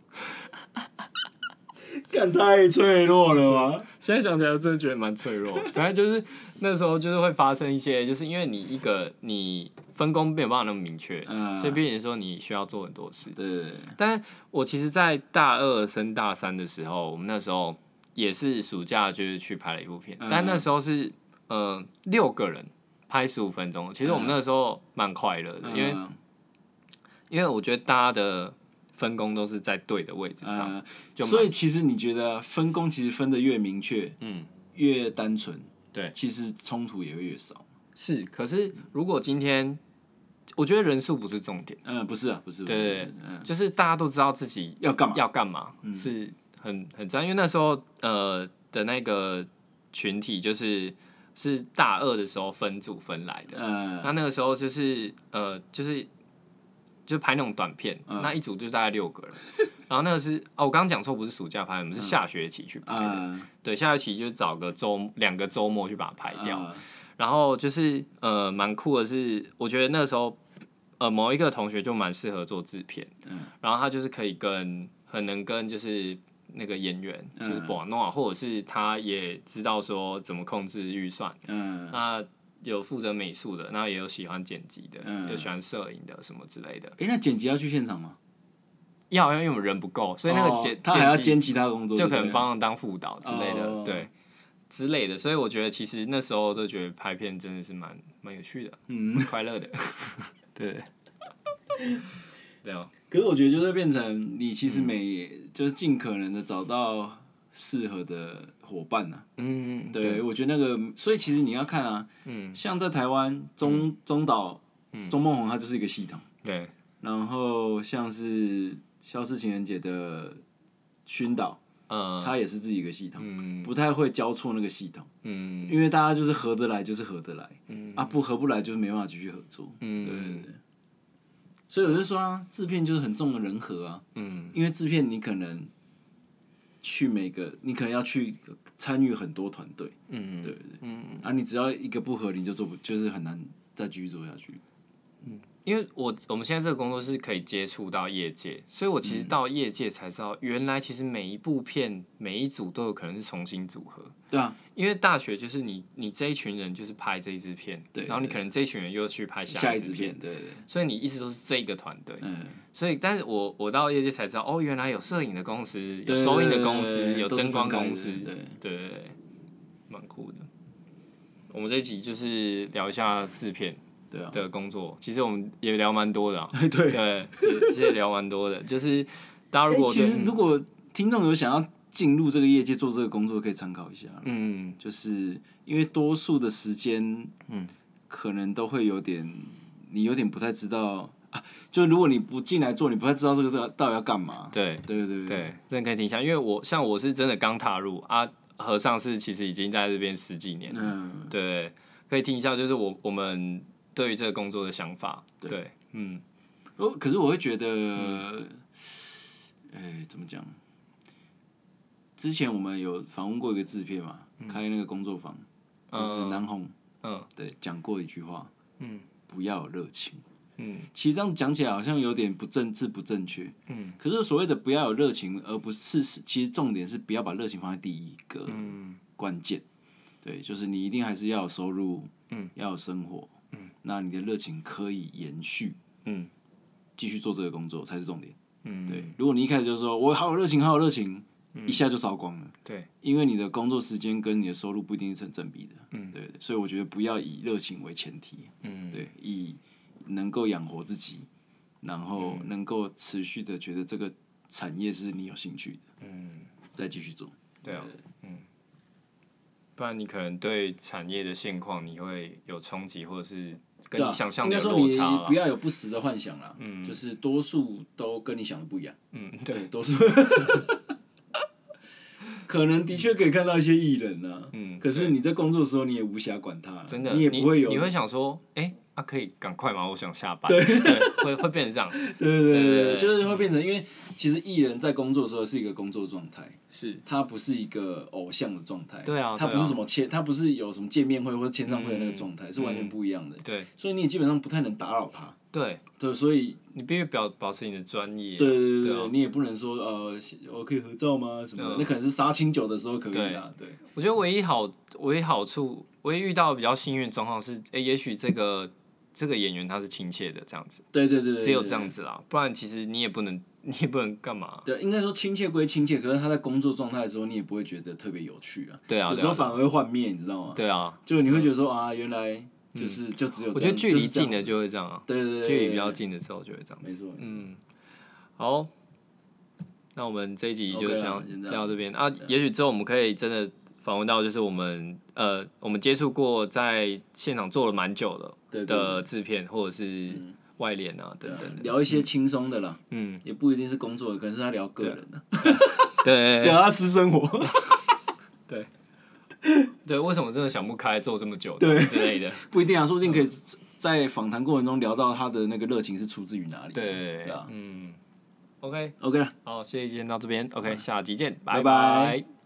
[SPEAKER 2] 干太脆弱了吧？
[SPEAKER 1] 现在想起来我真的觉得蛮脆弱。 反正就是那时候就是会发生一些，就是因为你一个你分工没有办法那么明确，
[SPEAKER 2] 嗯，
[SPEAKER 1] 所以变成说你需要做很多事。
[SPEAKER 2] 对对对，
[SPEAKER 1] 但我其实，在大二升大三的时候，我们那时候也是暑假就是去拍了一部片，
[SPEAKER 2] 嗯
[SPEAKER 1] 但那时候是呃六个人拍十五分钟，其实我们那时候蛮快乐的，因为
[SPEAKER 2] 嗯
[SPEAKER 1] 因为我觉得大家的分工都是在对的位置上，
[SPEAKER 2] 嗯
[SPEAKER 1] 就蛮
[SPEAKER 2] 所以其实你觉得分工其实分的越明确，
[SPEAKER 1] 嗯，
[SPEAKER 2] 越单纯，
[SPEAKER 1] 对
[SPEAKER 2] 其实冲突也会越少。
[SPEAKER 1] 是。可是如果今天，我觉得人数不是重点，
[SPEAKER 2] 嗯，不是啊，不是，
[SPEAKER 1] 对对
[SPEAKER 2] 不是，嗯，
[SPEAKER 1] 就是大家都知道自己
[SPEAKER 2] 要干嘛？
[SPEAKER 1] 要干嘛，
[SPEAKER 2] 嗯
[SPEAKER 1] 是很很赞。因为那时候呃的那个群体就是是大二的时候分组分来的，
[SPEAKER 2] 嗯
[SPEAKER 1] 那那个时候就是呃就是就拍那种短片，
[SPEAKER 2] 嗯
[SPEAKER 1] 那一组就大概六个人。然后那个是哦，我刚刚讲错，不是暑假拍，我们是下学期去拍的。
[SPEAKER 2] 嗯，
[SPEAKER 1] 对，下学期就找个周两个周末去把它拍掉。
[SPEAKER 2] 嗯
[SPEAKER 1] 然后就是呃，蛮酷的是，我觉得那时候呃，某一个同学就蛮适合做制片，
[SPEAKER 2] 嗯
[SPEAKER 1] 然后他就是可以跟很能跟就是那个演员，
[SPEAKER 2] 嗯
[SPEAKER 1] 就是博诺，或者是他也知道说怎么控制预算，
[SPEAKER 2] 嗯
[SPEAKER 1] 那有负责美术的，那也有喜欢剪辑的，
[SPEAKER 2] 嗯
[SPEAKER 1] 有喜欢摄影的什么之类的。
[SPEAKER 2] 哎，那剪辑要去现场吗？
[SPEAKER 1] 要好像因为我们人不够，所以那个
[SPEAKER 2] 哦
[SPEAKER 1] 剪、
[SPEAKER 2] 他还要
[SPEAKER 1] 剪辑
[SPEAKER 2] 兼其他工作，
[SPEAKER 1] 就
[SPEAKER 2] 对
[SPEAKER 1] 可
[SPEAKER 2] 不
[SPEAKER 1] 能
[SPEAKER 2] 对
[SPEAKER 1] 帮他当副导之类的，
[SPEAKER 2] 哦
[SPEAKER 1] 对之类的。所以我觉得其实那时候都觉得拍片 真的是蛮蛮有趣的，
[SPEAKER 2] 嗯
[SPEAKER 1] 蛮快乐的，对。对啊，
[SPEAKER 2] 可是我觉得就会变成你
[SPEAKER 1] 嗯
[SPEAKER 2] 其实每、就是尽可能的找到适合的伙伴呐、
[SPEAKER 1] 嗯，
[SPEAKER 2] 对，我觉得那个，所以其实你要看啊，
[SPEAKER 1] 嗯，
[SPEAKER 2] 像在台湾中、中岛、钟梦红，它就是一个系统，
[SPEAKER 1] 对，
[SPEAKER 2] 然后像是消失情人节的熏导，
[SPEAKER 1] 呃，
[SPEAKER 2] 它也是自己一个系统，
[SPEAKER 1] 嗯
[SPEAKER 2] 不太会交错那个系统，
[SPEAKER 1] 嗯
[SPEAKER 2] 因为大家就是合得来就是合得来，
[SPEAKER 1] 嗯
[SPEAKER 2] 啊不合不来就是没办法继续合作，对对
[SPEAKER 1] 嗯
[SPEAKER 2] 对。所以我就说啊，制片就是很重的人和啊，
[SPEAKER 1] 嗯
[SPEAKER 2] 因为制片你可能去每个，你可能要去参与很多团队，
[SPEAKER 1] 嗯，
[SPEAKER 2] 对不对？嗯啊，你只要一个不合，你就做不，就是很难再继续做下去。
[SPEAKER 1] 因为我我们现在这个工作是可以接触到业界，所以我
[SPEAKER 2] 嗯
[SPEAKER 1] 其实到业界才知道，原来其实每一部片每一组都有可能是重新组合。
[SPEAKER 2] 对啊，
[SPEAKER 1] 因为大学就是你你这一群人就是拍这一支片，
[SPEAKER 2] 对
[SPEAKER 1] 然后你可能这一群人又去拍
[SPEAKER 2] 下一
[SPEAKER 1] 支
[SPEAKER 2] 支，片，对对对，
[SPEAKER 1] 所以你一直都是这个团队。
[SPEAKER 2] 嗯，
[SPEAKER 1] 所以，但是我我到业界才知道，哦，原来有摄影的公司，有
[SPEAKER 2] 对
[SPEAKER 1] 收音的公司，
[SPEAKER 2] 对
[SPEAKER 1] 有
[SPEAKER 2] 都是
[SPEAKER 1] 灯光
[SPEAKER 2] 分开
[SPEAKER 1] 公司，
[SPEAKER 2] 的对
[SPEAKER 1] 对对对，蛮酷的。我们这一集就是聊一下制片
[SPEAKER 2] 对 啊，哎
[SPEAKER 1] 的工作，其实我们也聊蛮多的、啊，
[SPEAKER 2] 对对。
[SPEAKER 1] 对，也其实也聊蛮多的，就是大家如
[SPEAKER 2] 哎，
[SPEAKER 1] 果
[SPEAKER 2] 其
[SPEAKER 1] 对、
[SPEAKER 2] 实如果听众有想要进入这个业界做这个工作，可以参考一下，
[SPEAKER 1] 嗯
[SPEAKER 2] 就是因为多数的时间，
[SPEAKER 1] 嗯，
[SPEAKER 2] 可能都会有点，你有点不太知道啊，就如果你不进来做，你不太知道这个这个到底要干嘛。
[SPEAKER 1] 对
[SPEAKER 2] 对对对
[SPEAKER 1] 对，真的可以听一下，因为我像我是真的刚踏入啊，和尚是其实已经在这边十几年了，
[SPEAKER 2] 嗯，
[SPEAKER 1] 对，可以听一下，就是我我们对于这个工作的想法，
[SPEAKER 2] 对
[SPEAKER 1] 对嗯
[SPEAKER 2] 哦，可是我会觉得，哎、怎么讲？之前我们有访问过一个制片嘛，开那个工作坊，就是
[SPEAKER 1] 嗯
[SPEAKER 2] 南红，
[SPEAKER 1] 嗯，
[SPEAKER 2] 对，讲过一句话，
[SPEAKER 1] 嗯，
[SPEAKER 2] 不要有热情。
[SPEAKER 1] 嗯
[SPEAKER 2] 其实这样讲起来好像有点不政治不正确，
[SPEAKER 1] 嗯，
[SPEAKER 2] 可是所谓的不要有热情，而不是是其实重点是不要把热情放在第一个，
[SPEAKER 1] 嗯
[SPEAKER 2] 关键。对，就是你一定还是要有收入，
[SPEAKER 1] 嗯，
[SPEAKER 2] 要有生活，
[SPEAKER 1] 嗯，
[SPEAKER 2] 那你的热情可以延续，
[SPEAKER 1] 嗯
[SPEAKER 2] 继续做这个工作才是重点。
[SPEAKER 1] 嗯，
[SPEAKER 2] 对，如果你一开始就说我好有热情，好有热情，一下就烧光了，
[SPEAKER 1] 对，
[SPEAKER 2] 因为你的工作时间跟你的收入不一定是成正比的，嗯，对，所以我觉得不要以热情为前提，
[SPEAKER 1] 嗯
[SPEAKER 2] 对，以能够养活自己，然后
[SPEAKER 1] 嗯
[SPEAKER 2] 能够持续的觉得这个产业是你有兴趣的，
[SPEAKER 1] 嗯
[SPEAKER 2] 再继续做。
[SPEAKER 1] 对啊，嗯，不然你可能对产业的现况你会有冲击，或者是跟
[SPEAKER 2] 对
[SPEAKER 1] 你
[SPEAKER 2] 啊
[SPEAKER 1] 想象
[SPEAKER 2] 应
[SPEAKER 1] 的
[SPEAKER 2] 该
[SPEAKER 1] 有
[SPEAKER 2] 说
[SPEAKER 1] 落
[SPEAKER 2] 你
[SPEAKER 1] 差啦
[SPEAKER 2] 不。要有不实的幻想啦，就是多数都跟你想的不一样，
[SPEAKER 1] 嗯，对。
[SPEAKER 2] 对，多数。
[SPEAKER 1] 嗯
[SPEAKER 2] 可能的确可以看到一些艺人啊，
[SPEAKER 1] 嗯
[SPEAKER 2] 可是你在工作的时候，你也无暇管他啦，
[SPEAKER 1] 真的，
[SPEAKER 2] 你也不会有，
[SPEAKER 1] 你会想说，哎、啊，可以赶快吗？我想下班，对，会会变成这样，
[SPEAKER 2] 对对对
[SPEAKER 1] 对
[SPEAKER 2] 对，
[SPEAKER 1] 对
[SPEAKER 2] 就是会变成，因为其实艺人在工作的时候是一个工作状态，
[SPEAKER 1] 是，
[SPEAKER 2] 他不是一个偶像的状态，
[SPEAKER 1] 对啊
[SPEAKER 2] 他不是
[SPEAKER 1] 对啊
[SPEAKER 2] 什么签，他不是有什么见面会或者签唱会的那个状态，是完全不一样的，
[SPEAKER 1] 嗯对
[SPEAKER 2] 所以你也基本上不太能打扰他，
[SPEAKER 1] 对，
[SPEAKER 2] 对，所以
[SPEAKER 1] 你必须表保持你的专业，
[SPEAKER 2] 对对对
[SPEAKER 1] 对啊
[SPEAKER 2] 你也不能说呃，我可以合照吗？什么的，
[SPEAKER 1] 嗯
[SPEAKER 2] 那可能是杀青酒的时候可以啊，对
[SPEAKER 1] 我觉得唯一好，唯一好处，唯一遇到比较幸运的状况是，哎、也许这个这个演员他是亲切的，这样子，
[SPEAKER 2] 对对对对，
[SPEAKER 1] 只有
[SPEAKER 2] 对
[SPEAKER 1] 这样。子啦，不然其实你也不能， 你也不能干嘛，
[SPEAKER 2] 对，应该说亲切归亲切，可是他在工作状态的时候，你也不会觉得特别有趣啊。
[SPEAKER 1] 对啊，
[SPEAKER 2] 有
[SPEAKER 1] 对
[SPEAKER 2] 时候
[SPEAKER 1] 啊，
[SPEAKER 2] 反而会幻灭，你知道吗？
[SPEAKER 1] 对啊，
[SPEAKER 2] 就你会觉得说啊，原来就是就只有
[SPEAKER 1] 嗯我
[SPEAKER 2] 这
[SPEAKER 1] 觉
[SPEAKER 2] 样
[SPEAKER 1] 得距离
[SPEAKER 2] 就是这样
[SPEAKER 1] 近的就会这样啊，
[SPEAKER 2] 对对对，
[SPEAKER 1] 距离比
[SPEAKER 2] 对
[SPEAKER 1] 较
[SPEAKER 2] 对
[SPEAKER 1] 近的时候就会这样
[SPEAKER 2] 没
[SPEAKER 1] 子，
[SPEAKER 2] 错。
[SPEAKER 1] 嗯，好，那我们这一集就
[SPEAKER 2] OK 啦
[SPEAKER 1] 想
[SPEAKER 2] 先这样
[SPEAKER 1] 聊到这边啊。也许之后我们可以真的访问到，就是我们呃，我们接触过在现场做了蛮久的
[SPEAKER 2] 对对嗯
[SPEAKER 1] 的制片或者是外联啊等等的。
[SPEAKER 2] 聊一些轻松的啦，
[SPEAKER 1] 嗯，
[SPEAKER 2] 也不一定是工作的，可能是他聊个人的，
[SPEAKER 1] 对
[SPEAKER 2] 聊他私 生活，
[SPEAKER 1] 对，为什么真的想不开做这么久的之类的？
[SPEAKER 2] 不一定啊，说不定可以
[SPEAKER 1] 嗯
[SPEAKER 2] 在访谈过程中聊到他的那个热情是出自于哪里。
[SPEAKER 1] 对
[SPEAKER 2] 对啊，
[SPEAKER 1] 嗯，OK，
[SPEAKER 2] ，OK 了。
[SPEAKER 1] 好，这一集先到这边，OK，下集见，
[SPEAKER 2] 嗯拜拜
[SPEAKER 1] 拜